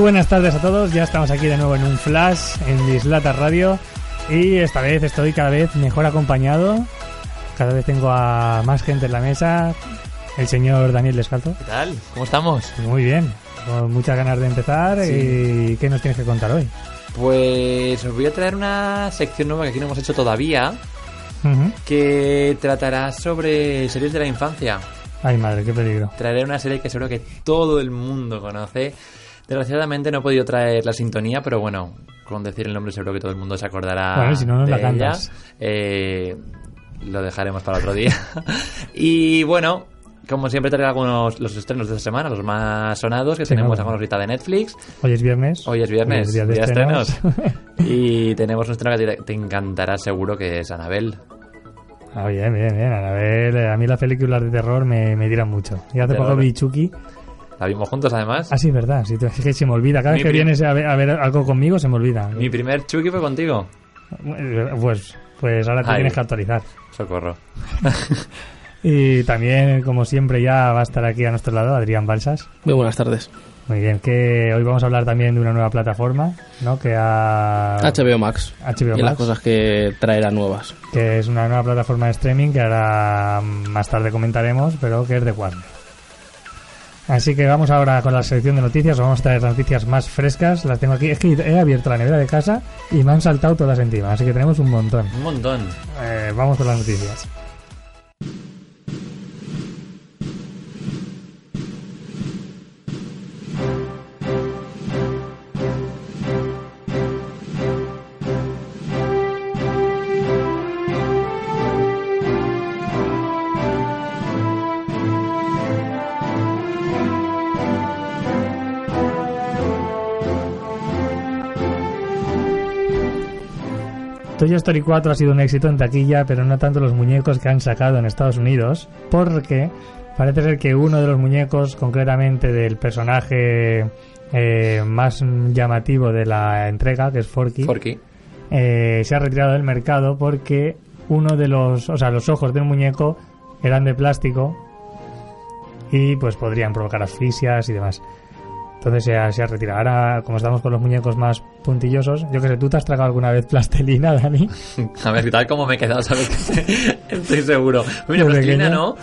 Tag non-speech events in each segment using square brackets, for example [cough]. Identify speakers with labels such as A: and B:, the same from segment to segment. A: buenas tardes a todos, ya estamos aquí de nuevo en un flash en Dislata Radio y esta vez estoy cada vez mejor acompañado, cada vez tengo a más gente en la mesa, el señor Daniel Descalzo.
B: ¿Qué tal? ¿Cómo estamos?
A: Muy bien, con muchas ganas de empezar
B: Sí.
A: y ¿qué nos tienes que contar hoy?
B: Pues os voy a traer una sección nueva que aquí no hemos hecho todavía,
A: Ujú.
B: que tratará sobre series de la infancia.
A: Ay madre, qué peligro.
B: Traeré una serie que seguro que todo el mundo conoce. Desgraciadamente no he podido traer la sintonía, pero bueno, con decir el nombre seguro que todo el mundo se acordará.
A: Bueno, y si no nos
B: de
A: la
B: ella.
A: cantas.
B: Eh, lo dejaremos para otro día. [laughs] y bueno, como siempre traeré algunos los estrenos de esta semana, los más sonados que
A: Sí,
B: tenemos
A: claro.
B: algunos ahorita de Netflix.
A: Hoy es viernes.
B: Hoy es viernes,
A: día de
B: día de
A: estrenos.
B: [laughs] Y tenemos un estreno que te, te encantará seguro, que es Anabel.
A: Ah, bien, bien, bien. A ver, eh, a mí las películas de terror me, me tiran mucho. Y hace poco
B: Terror.
A: vi Chucky.
B: La vimos juntos además.
A: Ah, sí, es verdad. Sí, te- es que se me olvida. Cada vez
B: Mi
A: que
B: prim-
A: vienes a ver, a ver algo conmigo, se me olvida.
B: Mi primer Chucky fue contigo.
A: Eh, Pues, pues ahora te
B: Ay.
A: tienes que actualizar.
B: Socorro.
A: Y también, como siempre, ya va a estar aquí a nuestro lado Adrián Balsas.
C: Muy buenas tardes.
A: Muy bien, que hoy vamos a hablar también de una nueva plataforma, ¿no? Que ha...
C: HBO Max.
A: HBO Max.
C: y las cosas que traerá nuevas.
A: que es una nueva plataforma de streaming que ahora mm, más tarde comentaremos, pero que es de Warner. Así que vamos ahora con la selección de noticias, os vamos a traer las noticias más frescas, las tengo aquí, es que he abierto la nevera de casa y me han saltado todas encima, así que tenemos un montón.
B: Un montón.
A: Eh, vamos con las noticias. Toy Story 4 ha sido un éxito en taquilla, pero no tanto los muñecos que han sacado en Estados Unidos, porque parece ser que uno de los muñecos, concretamente del personaje eh, más mm, llamativo de la entrega, que es Forky,
B: Forky.
A: eh, se ha retirado del mercado porque uno de los, o sea, los ojos del muñeco eran de plástico y pues podrían provocar asfixias y demás. Entonces se ha, se ha retirado. Ahora, como estamos con los muñecos más puntillosos, yo que sé, ¿tú te has tragado alguna vez plastilina, [laughs] Dani?
B: A ver, tal como me he quedado, ¿sabes? [laughs] Estoy seguro. Mira,
A: Desde
B: plastilina
A: pequeño.
B: no.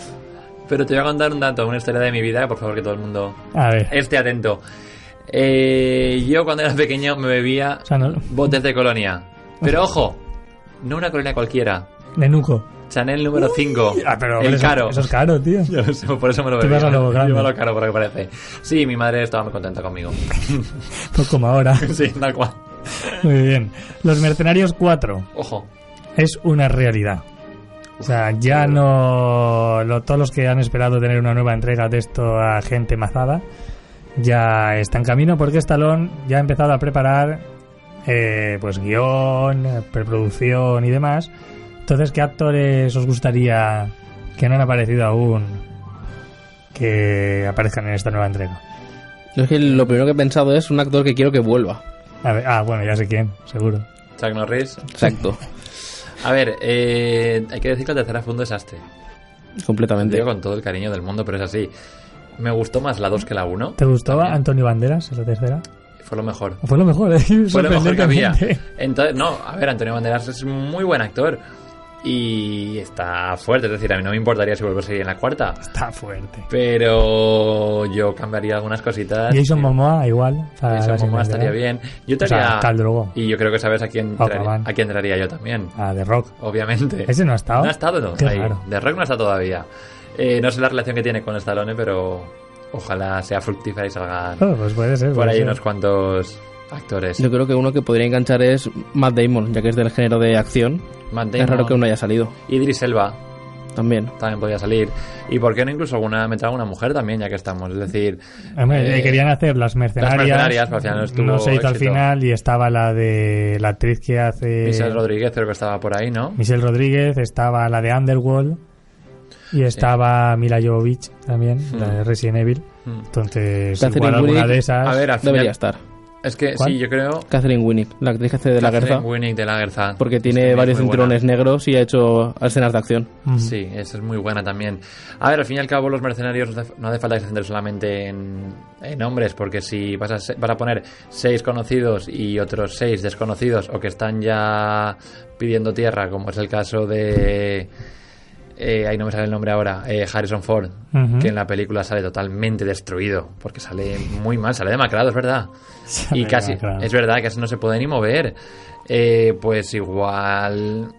B: Pero te voy a contar un dato, una historia de mi vida, por favor, que todo el mundo
A: A ver.
B: esté atento. Eh, yo cuando era pequeño me bebía
A: O sea, no-
B: botes de colonia.
A: [laughs]
B: Pero ojo, no una colonia cualquiera.
A: de nuco.
B: Chanel número 5.
A: Ah, pero
B: el
A: eso,
B: caro.
A: Eso es caro, tío.
B: [laughs] Yo lo sé, por eso me lo
A: Tú
B: bebía.
A: vas a lo grande.
B: Yo me lo caro, por lo que parece. Sí, mi madre estaba muy contenta conmigo. [laughs]
A: Pues como ahora.
B: sí, tal cual.
A: Muy bien. Los Mercenarios 4.
B: Ojo.
A: es una realidad. O sea, ya no. lo- todos los que han esperado tener una nueva entrega de esto a gente mazada ya está en camino porque Stallone ya ha empezado a preparar eh, pues guión, eh, preproducción y demás. Entonces, ¿qué actores os gustaría que no han aparecido aún que aparezcan en esta nueva entrega?
C: Yo es que lo primero que he pensado es un actor que quiero que vuelva.
A: A ver, ah, bueno, ya sé quién, seguro.
B: Chuck Norris.
C: Exacto.
B: A ver, eh, hay que decir que la tercera fue un desastre. este. Lo
C: Completamente.
B: digo con todo el cariño del mundo, pero es así. Me gustó más la 2 que la 1.
A: ¿Te gustó Antonio Banderas, la tercera?
B: Fue lo mejor.
A: Fue lo mejor, ¿eh? [laughs]
B: Fue lo mejor que había.
A: sorprendentemente.
B: Entonces, no, a ver, Antonio Banderas es un muy buen actor. Y está fuerte, es decir, a mí no me importaría si volviese a ir en la cuarta.
A: [laughs] Está fuerte.
B: Pero yo cambiaría algunas cositas. Eh,
A: Jason
B: Sí.
A: Momoa igual. para
B: Jason
A: la
B: Momoa
A: siguiente,
B: estaría
A: ¿no?
B: bien. Yo
A: O sea,
B: traería.
A: Khal Drogo.
B: y yo creo que sabes a quién, traería-
A: Aquaman.
B: a quién traería yo también.
A: Ah, de Rock.
B: Obviamente.
A: ¿Ese no ha estado?
B: No ha estado, no.
A: Qué
B: ahí.
A: raro.
B: The Rock no está todavía. Eh, no sé la relación que tiene con Stallone, pero ojalá sea fructífera y salgan
A: Oh, pues [laughs] puede ser.
B: por
A: puede
B: ahí
A: ser.
B: unos cuantos actores.
C: Yo creo que uno que podría enganchar es Matt Damon, ya que es del género de acción.
B: Matt
C: Es
B: Damon,
C: raro que uno haya salido.
B: Idris Elba
C: También.
B: también podría salir. ¿Y por qué no incluso alguna meter a alguna mujer también, ya que estamos? Es decir,
A: Hombre,
B: eh,
A: querían hacer las mercenarias.
B: mercenarias, pero al final no estuvo
A: se hizo al
B: éxito.
A: final y estaba la de la actriz que hace.
B: Michelle Rodríguez creo que estaba por ahí, ¿no?
A: Michelle Rodríguez, estaba la de Underworld y estaba Mila Jovovich también, la de Resident Evil.
B: Mm.
A: Entonces,
C: Catherine
A: igual alguna
C: Woody-
A: de esas.
B: A ver, al final,
C: Debería estar.
B: Es que
A: ¿Cuál?
B: sí, yo creo.
C: Catherine Winnick, la actriz que hace de la
B: Catherine
C: Guerza,
B: Winnick de la Guerza.
C: porque
B: Es
C: tiene
B: que es
C: varios
B: muy
C: cinturones negros y ha hecho escenas de acción.
A: Mm.
B: Sí, esa es muy buena también. A ver, al fin y al cabo, los mercenarios no hace- no hace falta que se centren solamente en, en hombres, porque si vas a, se- vas a poner seis conocidos y otros seis desconocidos o que están ya pidiendo tierra, como es el caso de. eh, ahí no me sale el nombre ahora, eh, Harrison Ford,
A: Ujú.
B: que en la película sale totalmente destruido, porque sale muy mal, sale demacrado, es verdad.
A: Sale [laughs]
B: y casi,
A: demacrado.
B: es verdad, casi no se puede ni mover. Eh, pues igual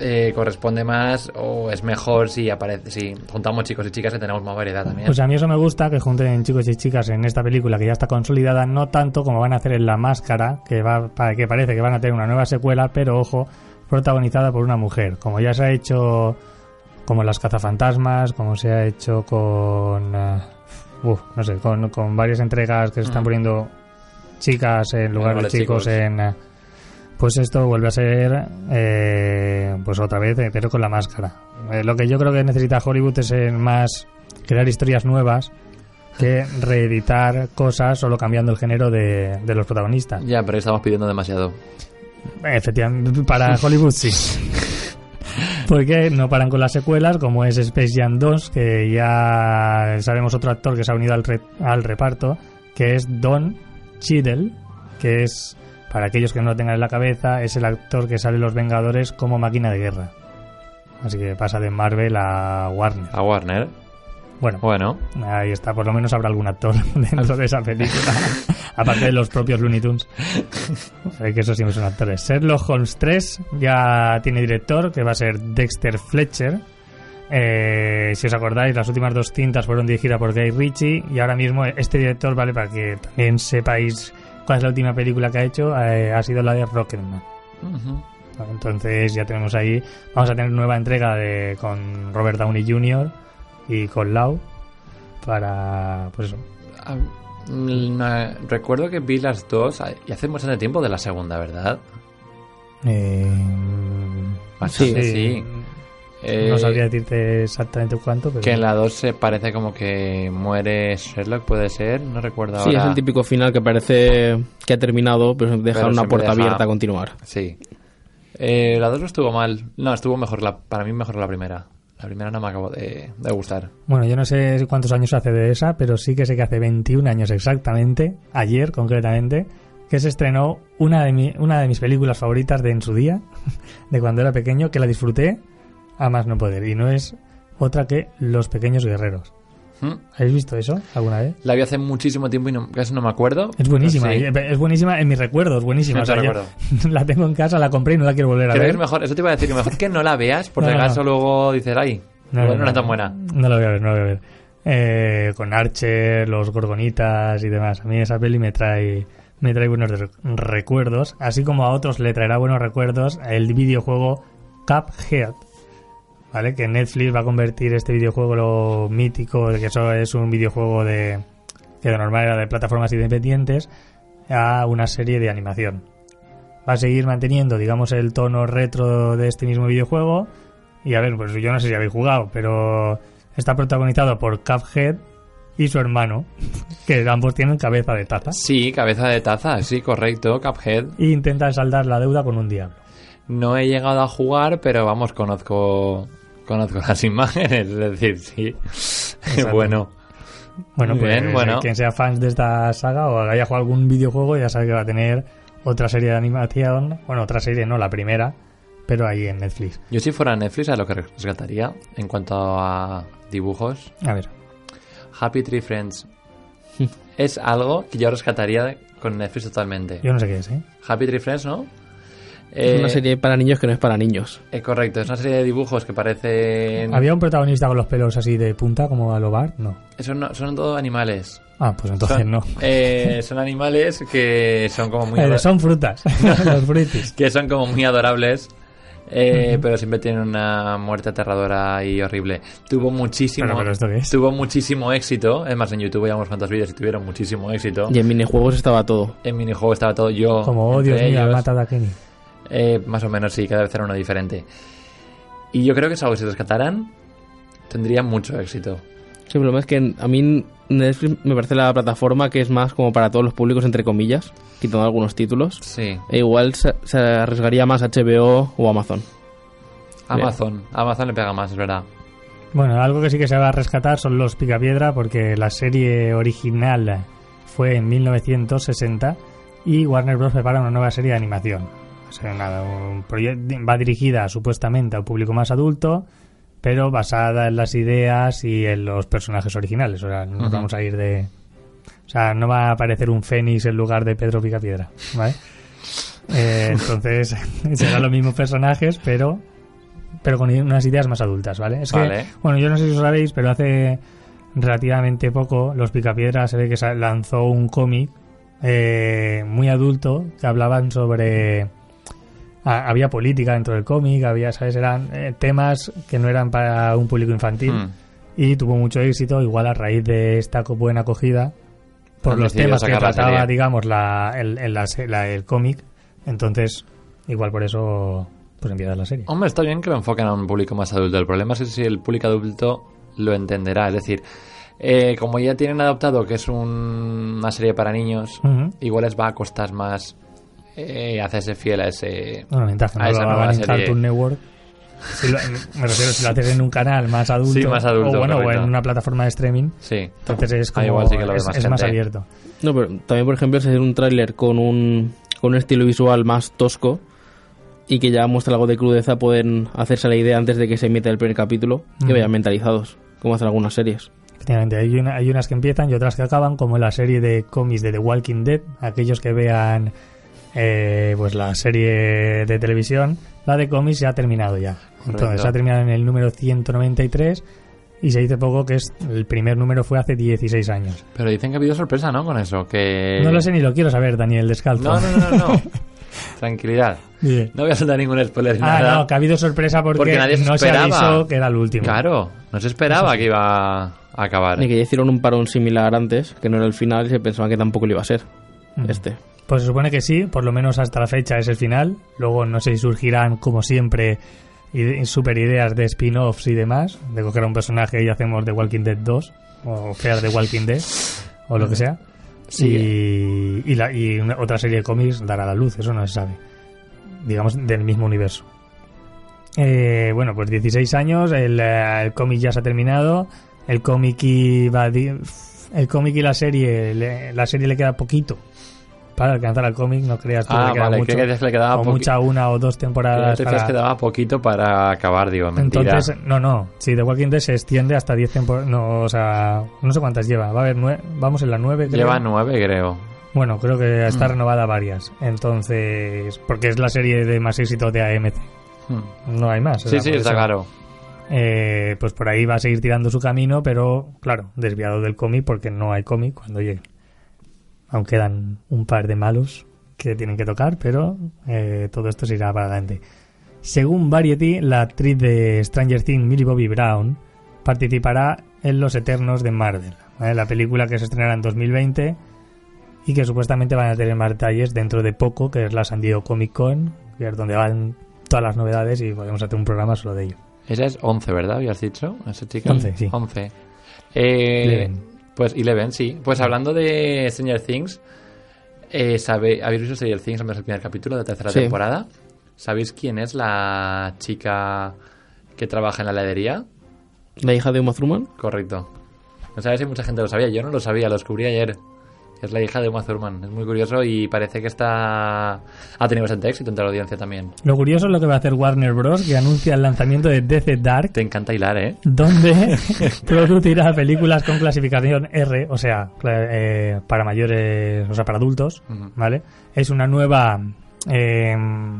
B: eh, corresponde más o es mejor si aparece, si juntamos chicos y chicas que tenemos más variedad también.
A: Pues a mí eso me gusta que junten chicos y chicas en esta película que ya está consolidada, no tanto como van a hacer en La Máscara, que, va, pa- que parece que van a tener una nueva secuela, pero ojo, protagonizada por una mujer, como ya se ha hecho como Las Cazafantasmas, como se ha hecho con. eh, uf, no sé, con, con varias entregas que se están
B: Mm.
A: poniendo chicas en lugar de
B: lugar de
A: chicos,
B: chicos.
A: en. eh, pues esto vuelve a ser, eh, pues otra vez, eh, pero con la máscara. Eh, lo que yo creo que necesita Hollywood es eh, más crear historias nuevas que reeditar cosas solo cambiando el género de, de los protagonistas.
B: ya, pero estamos pidiendo demasiado.
A: Efectivamente, para Hollywood sí. Porque no paran con las secuelas, como es Space Jam 2, que ya sabemos otro actor que se ha unido al, re- al reparto, que es Don Cheadle, que es, para aquellos que no lo tengan en la cabeza, es el actor que sale en Los Vengadores como máquina de guerra. Así que pasa de Marvel a Warner.
B: A Warner,
A: Bueno,
B: bueno,
A: ahí está, por lo menos habrá algún actor [laughs] dentro de esa película, aparte de los propios Looney Tunes. Eh, que esos siempre son actores. Sherlock Holmes 3 ya tiene director, que va a ser Dexter Fletcher. Eh, si os acordáis, las últimas dos cintas fueron dirigidas por Guy Ritchie y ahora mismo este director, vale, para que también sepáis cuál es la última película que ha hecho, eh, ha sido la de Rocketman.
B: Ujú.
A: Entonces ya tenemos ahí, vamos a tener nueva entrega de, con Robert Downey Jr. y con Lau para pues eso.
B: Ah, mm, eh, recuerdo que vi las dos ah, y hace bastante tiempo de la segunda, ¿verdad?
A: Eh,
B: Bastante, sí. Eh,
A: No sabría decirte exactamente cuánto, pero
B: que en la 2 se parece como que muere Sherlock, puede ser, no recuerdo ahora.
C: Sí, es el típico final que parece que ha terminado, pero deja
B: Pero
C: una
B: siempre
C: puerta
B: deja-
C: abierta a continuar.
B: Sí. Eh, la 2 no estuvo mal. No, estuvo mejor. La, para mí mejor la primera. La primera no me acabó de, de gustar.
A: Bueno, yo no sé cuántos años hace de esa, pero sí que sé que hace 21 años exactamente, ayer concretamente, que se estrenó una de, mi- una de mis películas favoritas de en su día, [laughs] de cuando era pequeño, que la disfruté a más no poder. Y no es otra que Los Pequeños Guerreros.
B: ¿Mm?
A: ¿Habéis visto eso alguna vez?
B: La vi hace muchísimo tiempo y no- casi no me acuerdo.
A: Es buenísima, eh,
B: Sí.
A: y- es buenísima en mis recuerdos, buenísima.
B: No te
A: yo [laughs] la tengo en casa, la compré y no la quiero volver a
B: Creo que
A: ver.
B: es mejor, eso te iba a decir, que mejor que no la veas,
A: [laughs]
B: por
A: No,
B: si
A: no,
B: acaso
A: no.
B: luego dices, ay,
A: No,
B: no,
A: no,
B: no era
A: no.
B: tan buena.
A: No la voy a ver, no la voy a ver. Eh, con Archer, los Gorgonitas y demás. A mí esa peli me trae, me trae buenos re- recuerdos. Así como a otros le traerá buenos recuerdos el videojuego Cuphead. ¿Vale? Que Netflix va a convertir este videojuego lo mítico, que eso es un videojuego de que de normal era de plataformas independientes, a una serie de animación. Va a seguir manteniendo, digamos, el tono retro de este mismo videojuego, y a ver, pues yo no sé si habéis jugado, pero está protagonizado por Cuphead y su hermano, [laughs] que ambos tienen cabeza de taza.
B: Sí, cabeza de taza, sí, correcto, Cuphead.
A: Y intentan saldar la deuda con un diablo.
B: No he llegado a jugar, pero vamos, conozco conozco las [laughs] imágenes, es decir, sí. [laughs] bueno,
A: Bueno,
B: Muy
A: pues
B: bien, bueno.
A: eh, quien sea fans de esta saga o haya jugado algún videojuego ya sabe que va a tener otra serie de animación. Bueno, otra serie no, la primera, pero ahí en Netflix.
B: yo si fuera Netflix a lo que rescataría en cuanto a dibujos
A: A ver,
B: Happy
A: [laughs]
B: Tree Friends. es algo que yo rescataría con Netflix totalmente.
A: yo no sé qué es, ¿eh?
B: Happy Tree Friends, ¿no?
C: Es
B: Eh,
C: una serie para niños que no es para niños.
B: eh, correcto, es una serie de dibujos que parecen...
A: ¿Había un protagonista con los pelos así de punta como a lo Bart? No.
B: Son, no- son todo animales.
A: Ah, pues entonces
B: [laughs] son,
A: no.
B: eh, son animales que son
A: [laughs]
B: como muy...
A: Eh,
B: ador-
A: son
B: [laughs]
A: frutas, los frutis.
B: Que son como muy adorables. eh, Pero siempre tienen una muerte aterradora y horrible. Tuvo muchísimo,
A: Pero, pero, ¿esto qué es?
B: tuvo muchísimo éxito. Es más, en YouTube hay unos cuantos vídeos y tuvieron muchísimo éxito.
C: Y en minijuegos estaba todo.
B: En minijuego estaba todo yo.
A: Como, oh,
B: entre
A: Dios mío, ha
B: ellos.
A: matado a Kenny.
B: Eh, más o menos, sí, cada vez era uno diferente. Y yo creo que es algo que si rescataran, tendría mucho éxito.
C: Sí, el problema es que a mí Netflix me parece la plataforma que es más como para todos los públicos, entre comillas, quitando algunos títulos.
B: Sí.
C: E igual se, se arriesgaría más HBO o Amazon.
B: Amazon. Amazon le pega más, es verdad.
A: Bueno, algo que sí que se va a rescatar son los Picapiedra, porque la serie original fue en 1960 y Warner Bros. prepara una nueva serie de animación. O sea, nada, un proye- va dirigida supuestamente a un público más adulto, pero basada en las ideas y en los personajes originales. O sea, no nos
B: Ujú.
A: vamos a ir de. O sea, no va a aparecer un Fénix en lugar de Pedro Picapiedra, ¿vale? Eh,
B: [laughs]
A: entonces, serán los mismos personajes, pero pero con unas ideas más adultas, ¿vale? Es
B: Vale.
A: que, bueno, yo no sé si lo sabéis, pero hace relativamente poco Los Picapiedra se ve que sa- lanzó un cómic eh, muy adulto que hablaban sobre... a- había política dentro del cómic, había, ¿sabes? Eran eh, temas que no eran para un público infantil
B: Hmm.
A: y tuvo mucho éxito, igual a raíz de esta co- buena acogida, por
B: Han
A: los
B: decidido
A: temas que
B: sacar la
A: trataba,
B: serie.
A: digamos, la, el, el- la se- la- el cómic. Entonces, igual por eso, pues empieza la serie.
B: Hombre, está bien que lo enfoquen a un público más adulto. El problema es que si el público adulto lo entenderá. Es decir, eh, como ya tienen adoptado que es un- una serie para niños,
A: Ujú.
B: igual les va a costar más eh, hacerse fiel a ese...
A: Una ventaja, no
B: a
A: lo
B: esa
A: daban
B: nueva
A: en
B: serie.
A: Cartoon Network. Si lo- me refiero, si lo haces en un canal más adulto,
B: Sí, más adulto,
A: o bueno, o
B: correcto.
A: en una plataforma de streaming,
B: Sí.
A: entonces es
B: Ah,
A: como
B: igual sí que lo ve
A: es,
B: más
A: es
B: gente.
A: abierto.
C: No, pero también, por ejemplo, si hacer un tráiler con un, con un estilo visual más tosco y que ya muestra algo de crudeza, pueden hacerse la idea antes de que se emita el primer capítulo que
A: Mm.
C: vayan mentalizados, como hacen algunas series.
A: Efectivamente, hay, una- hay unas que empiezan y otras que acaban, como la serie de cómics de The Walking Dead. Aquellos que vean eh, pues la serie de televisión, la de cómics se ha terminado ya. Entonces,
B: Correcto.
A: se ha terminado en el número 193 y se dice poco que es el primer número fue hace 16 años.
B: Pero dicen que ha habido sorpresa, ¿no? Con eso, que...
A: No lo sé ni lo quiero saber, Daniel Descalzo.
B: Eh.
A: [laughs]
B: No, no, no, no. no. Tranquilidad.
A: Bien.
B: No voy a soltar ningún spoiler. ni
A: Ah,
B: nada.
A: no, que ha habido sorpresa porque,
B: Porque nadie se
A: no se
B: esperaba.
A: avisó que era el último.
B: Claro, no se esperaba que iba a acabar.
C: Ni que ya hicieron un parón similar antes, que no era el final, y se pensaban que tampoco lo iba a ser.
A: Mm.
C: Este.
A: Pues se supone que sí, por lo menos hasta la fecha es el final. Luego no sé si surgirán, como siempre, ide- super ideas de spin-offs y demás. De coger a un personaje y hacemos The Walking Dead 2, o Fear The Walking Dead, o lo que sea. Y, y, la- y una- otra serie de cómics dará la luz, eso no se sabe. Digamos, del mismo universo. Eh, bueno, pues 16 años, el, eh, el cómic ya se ha terminado. El cómic y, va di- el cómic y la serie, le- la serie le queda poquito para alcanzar al cómic, no creas tú que
B: Ah,
A: le queda
B: vale,
A: mucho.
B: creo que decías que le quedaba
A: o
B: poqui-
A: mucha una o dos
B: creo
A: temporadas.
B: que decías
A: para-
B: que daba poquito para acabar, digo, mentira.
A: Entonces, no, no. Si The Walking Dead se extiende hasta 10 temporadas. No, o sea, no sé cuántas lleva. Va a haber nue- Vamos en la 9. creo.
B: Lleva nueve, creo.
A: Bueno, creo que está
B: Mm.
A: renovada varias. Entonces, porque es la serie de más éxito de AMC.
B: Hmm.
A: No hay más. o sea,
B: Sí, sí,
A: por
B: está
A: eso,
B: claro.
A: eh, pues por ahí va a seguir tirando su camino, pero claro, desviado del cómic porque no hay cómic cuando llegue. Aún quedan un par de malos que tienen que tocar, pero eh, todo esto se irá para adelante. Según Variety, la actriz de Stranger Things, Millie Bobby Brown, participará en Los Eternos de Marvel, ¿vale? la película que se estrenará en 2020 y que supuestamente van a tener más detalles dentro de poco, que es la San Diego Comic Con, que es donde van todas las novedades y podemos hacer un programa solo de ello.
B: Ella es 11, ¿verdad? ¿Habías dicho? ¿Esa chica?
A: Once, sí.
B: 11. Eh,
A: Eleven.
B: Pues Eleven, sí. Pues hablando de Stranger Things, eh, sabe- ¿habéis visto Stranger Things al menos el primer capítulo de la tercera
C: Sí.
B: temporada? ¿Sabéis quién es la chica que trabaja en la heladería?
C: La hija de Uma Thurman.
B: Correcto. No sabes si mucha gente lo sabía. Yo no lo sabía, lo descubrí ayer. Es la hija de Uma Thurman. Es muy curioso y parece que está ha tenido bastante éxito entre la audiencia también.
A: Lo curioso es lo que va a hacer Warner Bros. que anuncia el lanzamiento de DC Dark,
B: Te encanta hilar, ¿eh?
A: donde producirá películas con clasificación R, o sea, cla- eh, para mayores, o sea, para adultos,
B: Ujú.
A: ¿vale? Es una nueva, eh,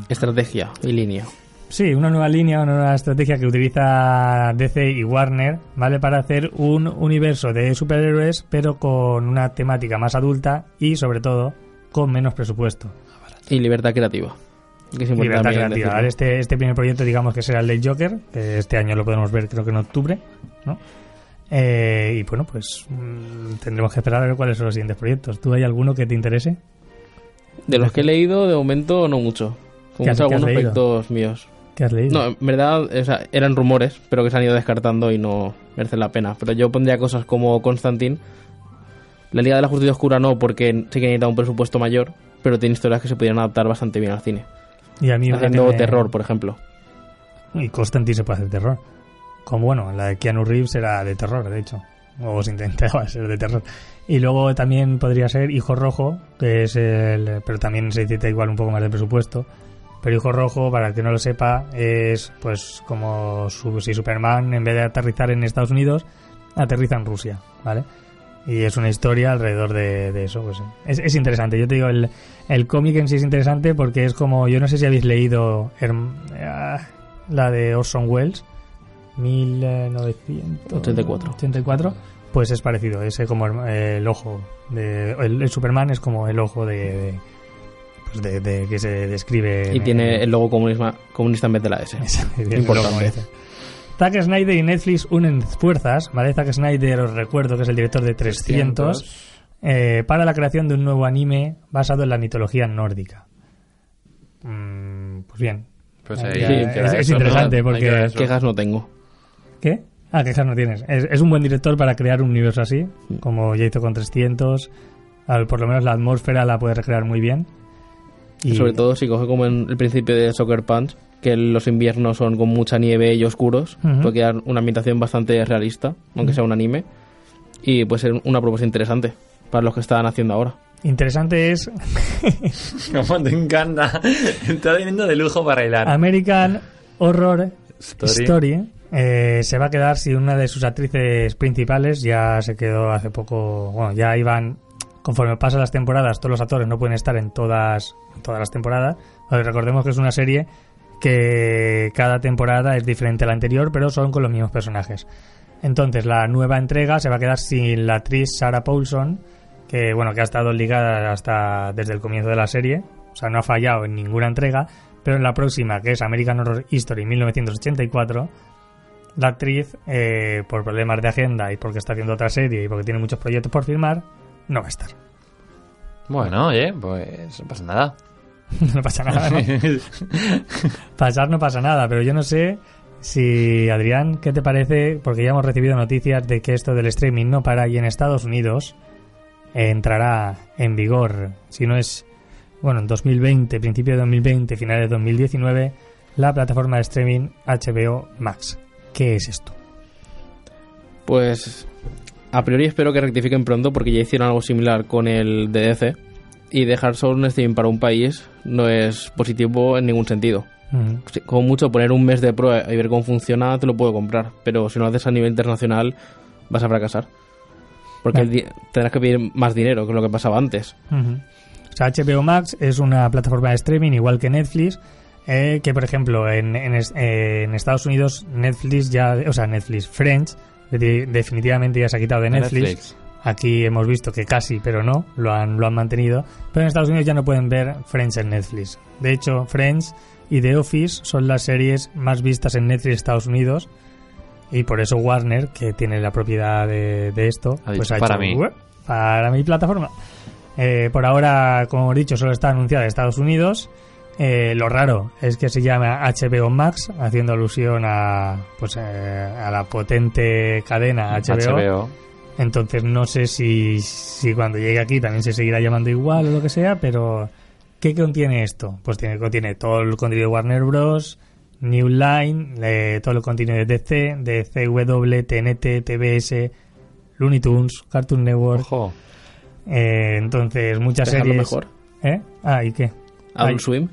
C: Estrategia y línea.
A: sí, una nueva línea, una nueva estrategia que utiliza DC y Warner, ¿vale? Para hacer un universo de superhéroes, pero con una temática más adulta y, sobre todo, con menos presupuesto.
C: Y libertad creativa. Que es importante
A: Libertad
C: también
A: creativa.
C: decirlo.
A: Ahora este, este primer proyecto, digamos que será el del Joker. que este año lo podemos ver, creo que en octubre. ¿no? Eh, y bueno, pues mm, tendremos que esperar a ver cuáles son los siguientes proyectos. ¿Tú hay alguno que te interese?
C: De los que he leído, de momento no mucho.
A: ¿Qué
C: Como
A: has-
C: mucho
A: qué has
C: algunos
A: leído?
C: proyectos míos.
A: ¿Qué has leído?
C: No, en verdad o sea, eran rumores, pero que se han ido descartando y no merecen la pena. Pero yo pondría cosas como Constantine. La Liga de la Justicia Oscura no, porque sí que necesita un presupuesto mayor, pero tiene historias que se pudieran adaptar bastante bien al cine.
A: y a mí una que
C: Haciendo
A: tiene-
C: terror, por ejemplo.
A: Y Constantine se puede hacer terror. Como bueno, la de Keanu Reeves era de terror, de hecho. O se intentaba [laughs] ser de terror. Y luego también podría ser Hijo Rojo, que es el. Pero también se necesita igual un poco más de presupuesto. Pero Hijo Rojo, para el que no lo sepa, es pues como su- si Superman, en vez de aterrizar en Estados Unidos, aterriza en Rusia, ¿vale? Y es una historia alrededor de, de eso. Pues, es, es interesante. Yo te digo, el, el cómic en sí es interesante porque es como. Yo no sé si habéis leído Herm- ah, la de Orson Welles, eh, 1984.
C: 84.
A: 84, Pues es parecido. Es eh, como herm- eh, el ojo. De, el, el Superman es como el ojo de. de- pues de, de- que se describe.
C: Y
A: en- [laughs]
C: tiene el logo comunista, comunista en vez de la S.
A: es- es lo
C: Importante.
A: como dice. Zack Snyder y Netflix unen fuerzas, ¿vale? Zack Snyder, os recuerdo que es el director de 300, eh, para la creación de un nuevo anime basado en la mitología nórdica. Mm, pues bien.
B: Pues
A: Sí,
B: ahí
A: es-
B: queda
A: es
B: eso, ¿no?
A: interesante
B: Ahí
A: porque-
B: queda eso.
C: Quejas no tengo.
A: ¿Qué? Ah, quejas no tienes. Es, es un buen director para crear un universo así,
C: Mm.
A: como ya hizo con 300. Al- por lo menos la atmósfera la puede recrear muy bien. Y
C: Sobre todo si coge como en el principio de Soccer Punch, que los inviernos son con mucha nieve y oscuros,
A: Ujú.
C: puede quedar una ambientación bastante realista, aunque sea un anime, y puede ser una propuesta interesante para los que están haciendo ahora.
A: interesante
C: [laughs]
A: es
B: [laughs] Como te encanta. Está viniendo de lujo para hilar.
A: American Horror
B: Story.
A: Story eh, se va a quedar si una de sus actrices principales ya se quedó hace poco. Bueno, ya iban. Conforme pasan las temporadas, todos los actores no pueden estar en todas, en todas las temporadas. A ver, recordemos que es una serie que cada temporada es diferente a la anterior, pero son con los mismos personajes. Entonces, la nueva entrega se va a quedar sin la actriz Sarah Paulson, que bueno, que ha estado ligada hasta desde el comienzo de la serie, o sea, no ha fallado en ninguna entrega, pero en la próxima, que es American Horror History 1984, la actriz, eh, por problemas de agenda y porque está haciendo otra serie y porque tiene muchos proyectos por firmar, no va a estar. [laughs]
B: Bueno, oye, pues no pasa nada.
A: no pasa nada,
B: [laughs]
A: ¿no? Pasar no pasa nada, pero yo no sé si, Adrián, ¿qué te parece? Porque ya hemos recibido noticias de que esto del streaming no para y en Estados Unidos eh, entrará en vigor, si no es, bueno, en 2020, principio de 2020, finales de 2019, la plataforma de streaming HBO Max. ¿Qué es esto?
C: Pues a priori espero que rectifiquen pronto porque ya hicieron algo similar con el DDC y dejar solo un streaming para un país no es positivo en ningún sentido.
A: Ujú.
C: Sí, como mucho poner un mes de prueba y ver cómo funciona, te lo puedo comprar. Pero si no lo haces a nivel internacional, vas a fracasar. Porque
A: Vale.
C: el di- tendrás que pedir más dinero que lo que pasaba antes.
A: Ujú. O sea, HBO Max es una plataforma de streaming igual que Netflix, eh, que por ejemplo en, en es- eh, en Estados Unidos Netflix ya, o sea, Netflix Friends de- definitivamente ya se ha quitado de Netflix. Aquí hemos visto que casi, pero no, lo han, lo han mantenido. Pero en Estados Unidos ya no pueden ver Friends en Netflix. De hecho, Friends y The Office son las series más vistas en Netflix Estados Unidos. Y por eso Warner, que tiene la propiedad de, de esto,
B: Ha
A: pues
B: dicho,
A: ha
B: "Para
A: hecho,
B: mí".
A: "Ué, Para mi plataforma. Eh, por ahora, como he dicho, solo está anunciada en Estados Unidos. Eh, lo raro es que se llama HBO Max, haciendo alusión a, pues, eh, a la potente cadena
B: HBO.
A: entonces no sé si, si cuando llegue aquí también se seguirá llamando igual o lo que sea, pero ¿qué contiene esto? Pues tiene, contiene todo el contenido de Warner Bros., New Line, eh, todo el contenido de DC, de CW, TNT, TBS, Looney Tunes, Cartoon Network.
B: Ojo.
A: eh, entonces muchas
C: Dejarlo
A: series.
C: mejor.
A: ¿Eh? Ah, ¿y qué? Ay.
C: Adult Swim.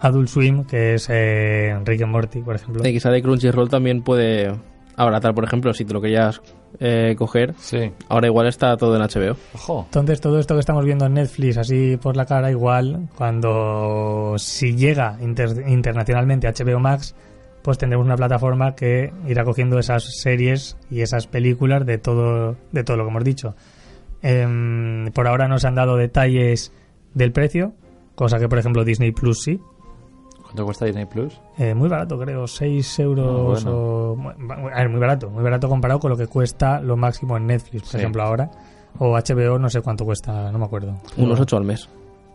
A: Adult Swim, que es eh, Rick and Morty, por ejemplo.
C: Y quizá de Crunchyroll también puede abaratar, por ejemplo, si te lo querías eh, coger.
B: Sí.
C: Ahora igual está todo en HBO.
B: Ojo.
A: Entonces todo esto que estamos viendo en Netflix así por la cara igual, cuando si llega inter- internacionalmente HBO Max, pues tendremos una plataforma que irá cogiendo esas series y esas películas de todo, de todo lo que hemos dicho. Em, por ahora no se han dado detalles del precio, cosa que por ejemplo Disney Plus sí.
B: ¿Cuánto cuesta Disney Plus?
A: Eh, muy barato, creo, 6 euros
B: Ah, bueno.
A: o... mu- A ver, muy barato, muy barato comparado con lo que cuesta lo máximo en Netflix, por
B: Sí.
A: ejemplo, ahora. O HBO, no sé cuánto cuesta, no me acuerdo.
C: Unos 8 al mes.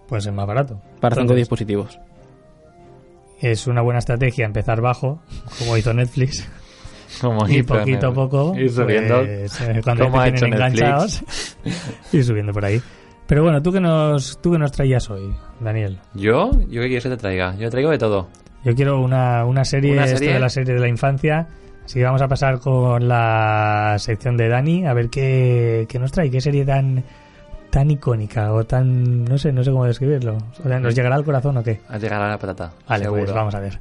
A: Pues es más barato.
C: Para 5
A: Entonces,
C: dispositivos.
A: es una buena estrategia empezar bajo, [laughs] como hizo Netflix.
B: [laughs] Como
A: y
B: hizo
A: poquito a
B: Netflix.
A: poco
B: Ir subiendo.
A: pues, eh, cuando
B: Como
A: ya
B: ha
A: te
B: hecho
A: tienen
B: Netflix.
A: enganchados [laughs] y subiendo por ahí pero bueno tú que nos tú que nos traías hoy Daniel
B: ¿Yo? ¿Yo qué quieres que te traiga? Yo traigo de todo.
A: yo quiero una, una serie
B: ¿Una
A: esto
B: serie?
A: de la serie de la infancia así que vamos a pasar con la sección de Dani a ver qué, qué nos trae qué serie tan tan icónica o tan no sé no sé cómo describirlo O sea, nos llegará al corazón o qué
B: A llegar a la patata.
A: vale
B: Mm. seguro.
A: pues vamos a ver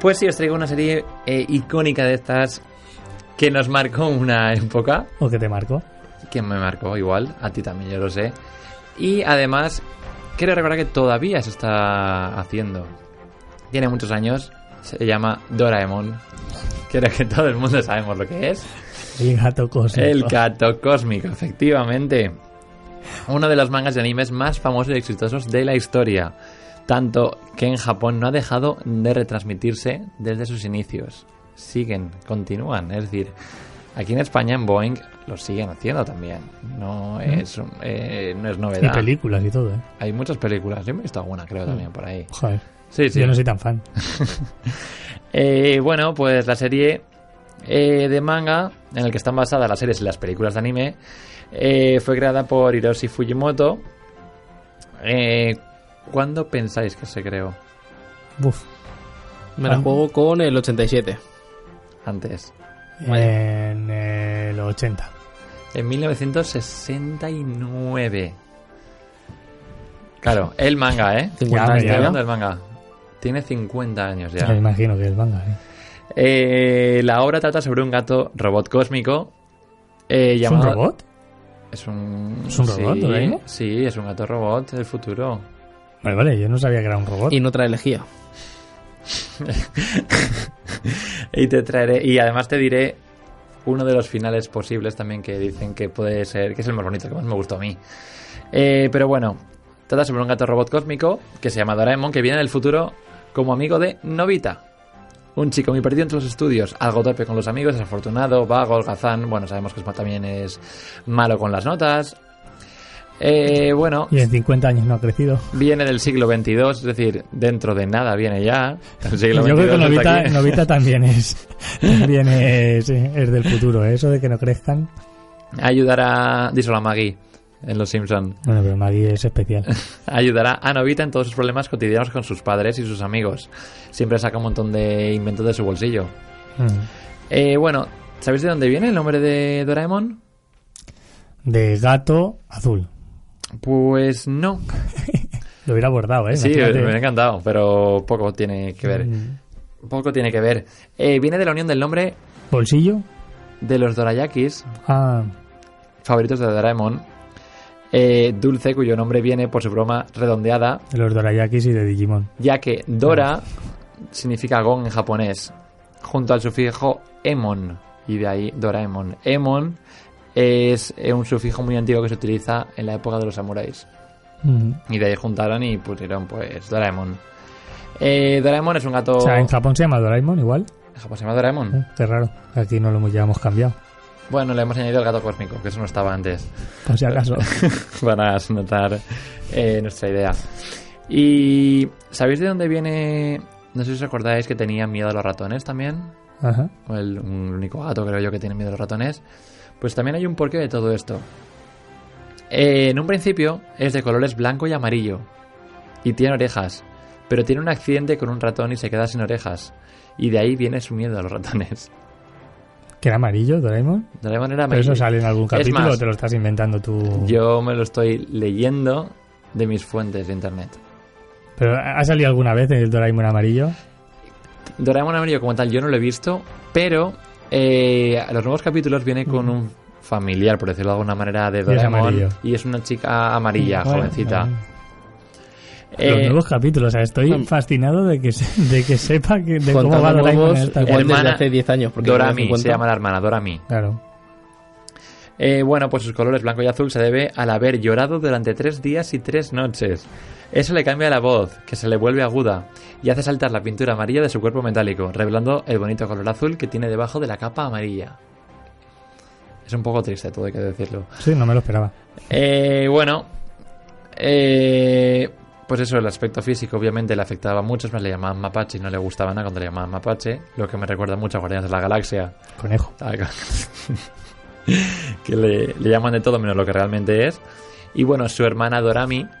B: Pues sí, os traigo una serie eh, icónica de estas que nos marcó [laughs] una época,
A: o qué te marco
B: que me marcó igual, a ti también yo lo sé. Y además, quiero recordar que todavía se está haciendo. Tiene muchos años, se llama Doraemon. [laughs] Creo que todo el mundo sabemos lo que es.
A: el gato cósmico
B: El gato cósmico, efectivamente. Uno de los mangas de animes más famosos y exitosos de la historia. Tanto que en Japón no ha dejado de retransmitirse desde sus inicios. Siguen, continúan. Es decir, aquí en España, en Boeing, lo siguen haciendo también. No es, un- eh, no es
A: [laughs] y
B: novedad.
A: películas y todo ¿eh?
B: Hay muchas películas. Yo me he visto alguna, creo, también por ahí.
A: joder
B: Sí, sí.
A: Mm. yo no soy tan
B: [laughs]
A: fan
B: Eh, bueno, pues la serie eh, de manga en el que están basadas las series y las películas de anime eh, fue creada por Hiroshi Fujimoto. Eh, ¿Cuándo pensáis que se creó?
A: Buf.
C: Me la
A: Ah.
C: juego con el 87.
B: Antes.
A: En eh, el 80.
B: En 1969. Claro, el manga, ¿eh?
C: 50
A: Ya,
C: años,
B: Estoy
A: ya.
C: ¿no?
B: hablando del manga. Tiene 50 años ya.
A: Me imagino que es manga. ¿eh?
B: Eh, la obra trata sobre un gato robot cósmico. eh,
A: ¿Es un
B: llamado-
A: robot?
B: Es un,
A: ¿Es un robot,
B: sí,
A: Doraemon?
B: sí, es un gato robot del futuro.
A: Vale, vale, yo no sabía que era un robot.
C: Y no trae lejía.
B: Y te traeré y además te diré uno de los finales posibles también que dicen que puede ser que es el más bonito, el que más me gustó a mí. Eh, pero bueno, trata sobre un gato robot cósmico que se llama Doraemon que viene en el futuro como amigo de Novita. Un chico muy perdido entre los estudios, algo torpe con los amigos, desafortunado, vago, holgazán. Bueno, sabemos que es- también es malo con las notas. Eh, bueno,
A: Y en 50 años no ha crecido.
B: viene del siglo XXII, es decir, dentro de nada viene ya. El siglo
A: yo creo que
B: XXII está
A: Novita,
B: aquí.
A: Novita
B: [laughs]
A: también es también es, es del futuro. ¿eh? Eso de que no crezcan.
B: ayudará, díselo a Maggie en Los Simpson,
A: Bueno, pero Maggie es especial.
B: ayudará a Novita en todos sus problemas cotidianos con sus padres y sus amigos. Siempre saca un montón de inventos de su bolsillo.
A: Mm.
B: Eh, bueno, ¿sabéis de dónde viene el nombre de Doraemon?
A: De gato azul.
B: Pues no.
A: Lo hubiera abordado, ¿eh?
B: Sí, me
A: Imagínate.
B: ha encantado, pero poco tiene que ver.
A: Mm.
B: Poco tiene que ver. Eh, viene de la unión del nombre
A: ¿Bolsillo?
B: de los Dorayakis,
A: Ah,
B: favoritos de Doraemon. eh, dulce, cuyo nombre viene por su broma redondeada,
A: de los Dorayakis y de Digimon.
B: ya que Dora significa gon en japonés, junto al sufijo emon, y de ahí Doraemon. Emon es eh, un sufijo muy antiguo que se utiliza en la época de los samuráis.
A: Mm.
B: Y de ahí juntaron y pusieron pues Doraemon. Eh, Doraemon es un gato...
A: O sea, en Japón se llama Doraemon igual.
B: ¿En Japón se llama Doraemon?
A: ¿eh? Qué raro. Aquí no lo hemos- ya hemos cambiado.
B: Bueno, le hemos añadido el gato cósmico, que eso no estaba antes.
A: Por si acaso.
B: [laughs] para notar eh, nuestra idea. ¿Y sabéis de dónde viene? No sé si os acordáis que tenía miedo a los ratones también.
A: Ajá.
B: O el, un único gato, creo yo, que tiene miedo a los ratones. Pues también hay un porqué de todo esto. Eh, en un principio es de colores blanco y amarillo. Y tiene orejas. Pero tiene un accidente con un ratón y se queda sin orejas. Y de ahí viene su miedo a los ratones.
A: ¿Que era amarillo, Doraemon?
B: De la manera
A: Pero eso sale en algún
B: Es
A: capítulo
B: más,
A: o te lo estás inventando tú.
B: Yo me lo estoy leyendo de mis fuentes de internet.
A: Pero ha salido alguna vez el Doraemon amarillo.
B: Doraemon amarillo como tal yo no lo he visto, pero eh, los nuevos capítulos viene con un familiar, por decirlo de alguna manera, de
A: Mm. es
B: Doraemon. Y
A: amarillo.
B: es, una chica amarilla,
A: Bueno,
B: jovencita.
A: bueno.
B: Eh,
A: Los nuevos capítulos, o sea, estoy fascinado de que, se- de que sepa que, de cómo va
C: Contando
A: Doraemon en
C: nuevos,
A: esta
C: igual desde
B: Hermana-
C: hace 10 años. Porque
B: Dorami,
C: en
B: se llama la hermana, Dorami.
A: Claro.
B: Eh, bueno, pues sus colores blanco y azul se debe al haber llorado durante tres días y tres noches. Eso le cambia la voz, que se le vuelve aguda, y hace saltar la pintura amarilla de su cuerpo metálico, revelando el bonito color azul que tiene debajo de la capa amarilla. Es un poco triste, todo hay que decirlo.
A: Sí, no me lo esperaba.
B: Eh, bueno, eh, pues eso, el aspecto físico obviamente le afectaba mucho, es más le llamaban mapache y no le gustaba nada cuando le llamaban mapache, lo que me recuerda mucho a Guardianes de la Galaxia.
A: Conejo.
B: [laughs] que le, le llaman de todo menos lo que realmente es. Y bueno, su hermana Dorami
A: Gato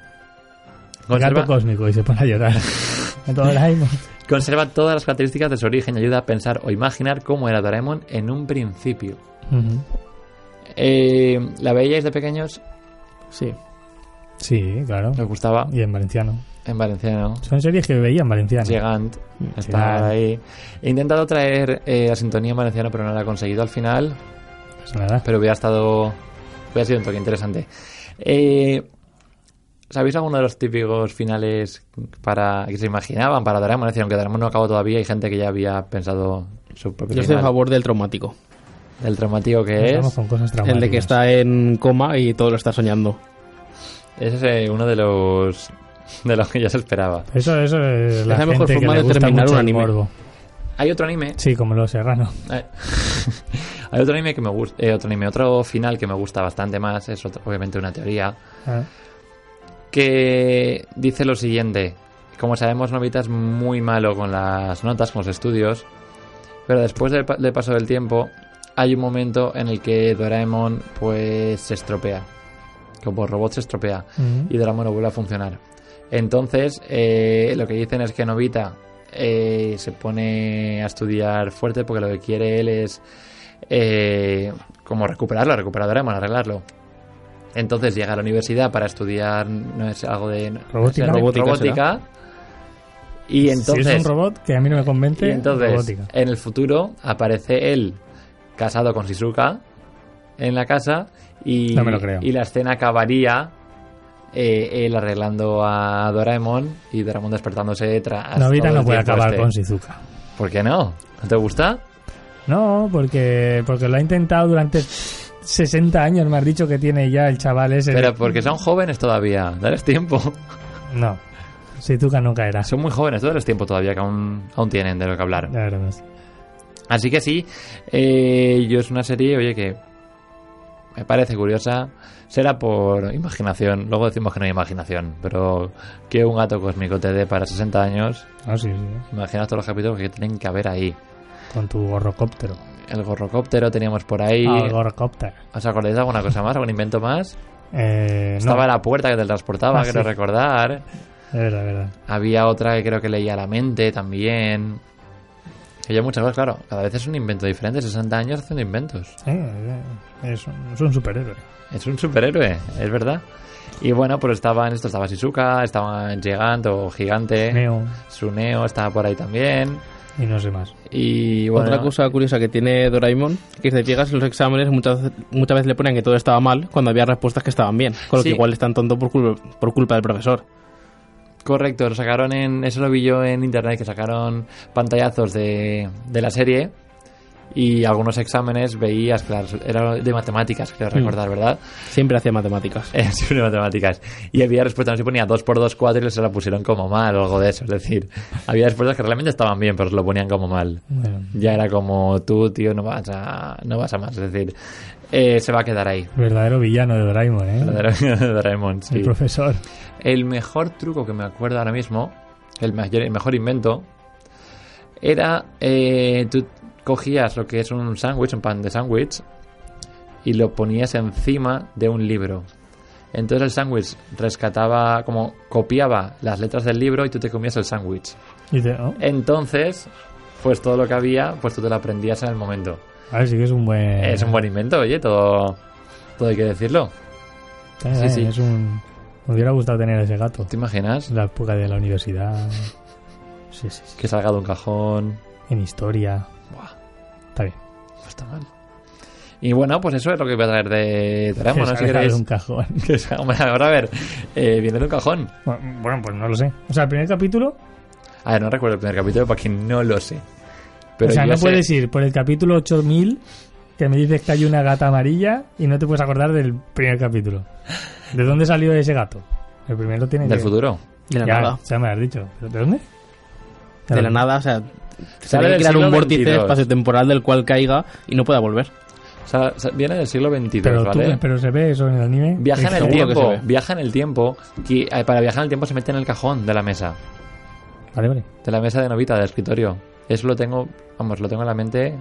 B: conserva,
A: cósmico y se pone a
B: [laughs]
A: llorar. A todo Doraemon.
B: conserva todas las características de su origen y ayuda a pensar o imaginar cómo era Doraemon en un principio.
A: Ujú.
B: Eh, ¿La veíais de pequeños?
C: Sí.
A: Sí, claro.
B: ¿Os gustaba?
A: Y en valenciano.
B: En valenciano.
A: Son series que veía en valenciano.
B: Gigant.
A: Gigant.
B: Está ahí. He intentado traer eh, la sintonía en valenciano, pero no la he conseguido al final.
A: Pues nada.
B: pero hubiera estado hubiera sido un toque interesante Eh, ¿sabéis alguno de los típicos finales para que se imaginaban para Doraemon? es decir aunque Doraemon no acabó todavía hay gente que ya había pensado su propio
C: Yo estoy a
B: final
C: favor del traumático.
B: del traumático que
A: Estamos
B: es
A: con cosas
C: El de que
A: traumáticas.
C: está en coma y todo lo está soñando.
B: ese es eh, uno de los de los que ya se esperaba
A: Eso, eso es la,
C: la mejor
A: gente que
C: forma
A: le
C: de
A: gusta
C: terminar
A: mucho
C: un
A: el
C: anime.
A: morbo.
B: hay otro anime
A: Sí, como los serranos.
B: Eh, [laughs] hay otro anime que me gusta otro anime otro final que me gusta bastante más es otro- obviamente una teoría
A: Ah,
B: que dice lo siguiente. Como sabemos, Novita es muy malo con las notas, con los estudios, pero después del, pa- del paso del tiempo hay un momento en el que Doraemon pues se estropea. Como robot se estropea
A: Ujú.
B: y Doraemon no vuelve a funcionar. Entonces, eh, lo que dicen es que Novita eh, se pone a estudiar fuerte porque lo que quiere él es eh, como recuperarlo, recuperar a Doraemon, arreglarlo. Entonces llega a la universidad para estudiar no es algo de
A: Robótica.
B: de robótica,
C: Robótica será.
B: y
A: si
B: entonces
A: es un robot que a mí no me convence,
B: y entonces,
A: robótica.
B: en el futuro, aparece él casado con Shizuka en la casa y,
A: No me lo creo.
B: y la escena acabaría eh, él arreglando a Doraemon y Doraemon despertándose tras.
A: Novita
B: todo el
A: no puede
B: tiempo
A: acabar
B: este.
A: con Shizuka.
B: ¿Por qué no? ¿No te gusta?
A: No, porque, porque lo ha intentado durante 60 años, me has dicho que tiene ya el chaval ese.
B: Pero porque son jóvenes todavía,
A: [laughs]
B: dales tiempo.
A: No, Shizuka no caerá.
B: Son muy jóvenes, dales tiempo todavía que aún, aún tienen de lo que hablar.
A: La verdad es-
B: Así que sí, eh, yo es una serie, oye, que me parece curiosa. Será por imaginación, luego decimos que no hay imaginación, pero que un gato cósmico te dé para 60 años,
A: Ah, sí, sí,
B: imagina todos los capítulos que tienen que haber ahí.
A: con tu gorrocóptero.
B: El gorrocóptero teníamos por ahí.
A: Ah, el gorrocóptero.
B: ¿Os acordáis de alguna cosa más, algún
A: [laughs]
B: invento más?
A: Eh, no,
B: Estaba la puerta que te transportaba,
A: Ah,
B: quiero
A: sí.
B: recordar.
A: de verdad, de verdad.
B: Había otra que creo que leía la mente también. Había muchas cosas, claro. Cada vez es un invento diferente. 60 años haciendo inventos.
A: Sí, eh, es, un, es un superhéroe.
B: Es un superhéroe, es verdad. Y bueno, pues estaban, esto estaba Shizuka, estaban Gigant o Gigante,
A: Neo
B: Suneo estaba por ahí también.
A: y no sé más.
B: Y bueno,
C: Otra cosa curiosa que tiene Doraemon, que si te fijas en los exámenes muchas, veces- muchas veces le ponen que todo estaba mal cuando había respuestas que estaban bien, con lo
B: Sí.
C: que igual es tan tonto por, cul- por culpa del profesor.
B: correcto, lo sacaron en, eso lo vi yo en internet, que sacaron pantallazos de, de la serie y algunos exámenes veías, claro, era de matemáticas, creo recordar, ¿verdad? [laughs]
C: Siempre hacía matemáticas.
B: Eh, siempre matemáticas. Y había respuestas, no se ponía 2 por 2, 4 y se la pusieron como mal o algo de eso. Es decir, había respuestas que realmente estaban bien, pero se lo ponían como mal.
A: Bueno,
B: ya era como tú, tío, no vas a, no vas a más. Es decir, eh, se va a quedar ahí.
A: verdadero villano de Doraemon, ¿eh?
B: Lo de- [laughs] lo de Doraemon, sí.
A: El profesor.
B: El mejor truco que me acuerdo ahora mismo, el mayor- el mejor invento, era eh, tú cogías lo que es un sándwich, un pan de sándwich, y lo ponías encima de un libro. Entonces el sándwich rescataba, como copiaba las letras del libro y tú te comías el sándwich.
A: Y te- oh,
B: Entonces, pues todo lo que había, pues tú te lo aprendías en el momento.
A: a ver, sí que es un buen.
B: Es un buen invento, oye, todo, todo hay que decirlo.
A: Eh,
B: sí,
A: eh,
B: sí.
A: es un- Me hubiera gustado tener ese gato.
B: ¿Te imaginas
A: La época de la universidad. Sí, sí, sí.
B: que salga de un cajón?
A: En historia.
B: Buah,
A: Está bien.
B: no está mal. Y bueno, pues eso es lo que voy a traer de Doraemon,
A: Que
B: ¿no? Si
A: salga de
B: queréis.
A: un cajón.
B: [laughs] Que salga- Hombre, ahora a ver, eh, viene de un cajón.
A: Bueno, bueno, pues no lo sé. O sea, el primer capítulo.
B: A ver, no recuerdo el primer capítulo para quien no lo sé. Pero
A: o sea,
B: yo
A: no
B: sé-
A: puedes ir por el capítulo 8000 que me dices que hay una gata amarilla y no te puedes acordar del primer capítulo. ¿De dónde salió ese gato? El primero tiene
B: Del
A: que...
B: futuro.
C: De la
A: Ya,
C: nada.
A: ya me has dicho. ¿Pero de dónde?
C: De la nada, o sea, se
B: Sale
C: debe
B: del
C: crear
B: siglo
C: un vórtice
B: XXII.
C: espacio-temporal del cual caiga y no pueda volver.
B: O sea, sa- viene del siglo XXII,
A: Pero, tú-
B: ¿vale?
A: pero se ve eso en el anime.
B: Viaja en el
C: Seguro que
B: tiempo,
C: se ve.
B: viaja en el tiempo, que eh, para viajar en el tiempo se mete en el cajón de la mesa,
A: Vale, vale.
B: de la mesa de novita, del escritorio. Eso lo tengo, vamos, lo tengo en la mente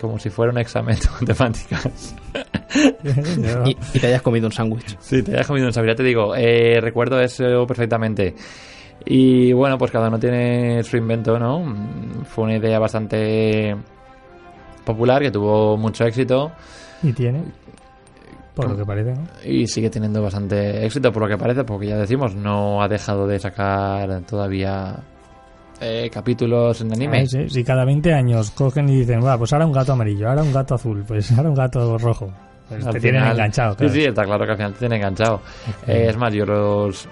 B: como si fuera un examen de matemáticas. [laughs]
A: Yo-
C: Y, y te hayas comido un sándwich.
B: Sí, te dejo comido un sabor, ya te digo, eh, recuerdo eso perfectamente. Y bueno, pues cada uno tiene su invento, ¿no? Mm, Fue una idea bastante popular que tuvo mucho éxito
A: Y tiene. Por lo que parece, ¿no?
B: y sigue teniendo bastante éxito por lo que parece, porque ya decimos, no ha dejado de sacar todavía eh, capítulos en anime.
A: Ah, sí, Si cada 20 años cogen y dicen, va, pues ahora un gato amarillo, ahora un gato azul, pues ahora un gato rojo. Pues
B: Al
A: te tienen
B: final-
A: enganchado, claro.
B: Sí, sí, está claro que al final te tienen enganchado. Eh, es más, yo los,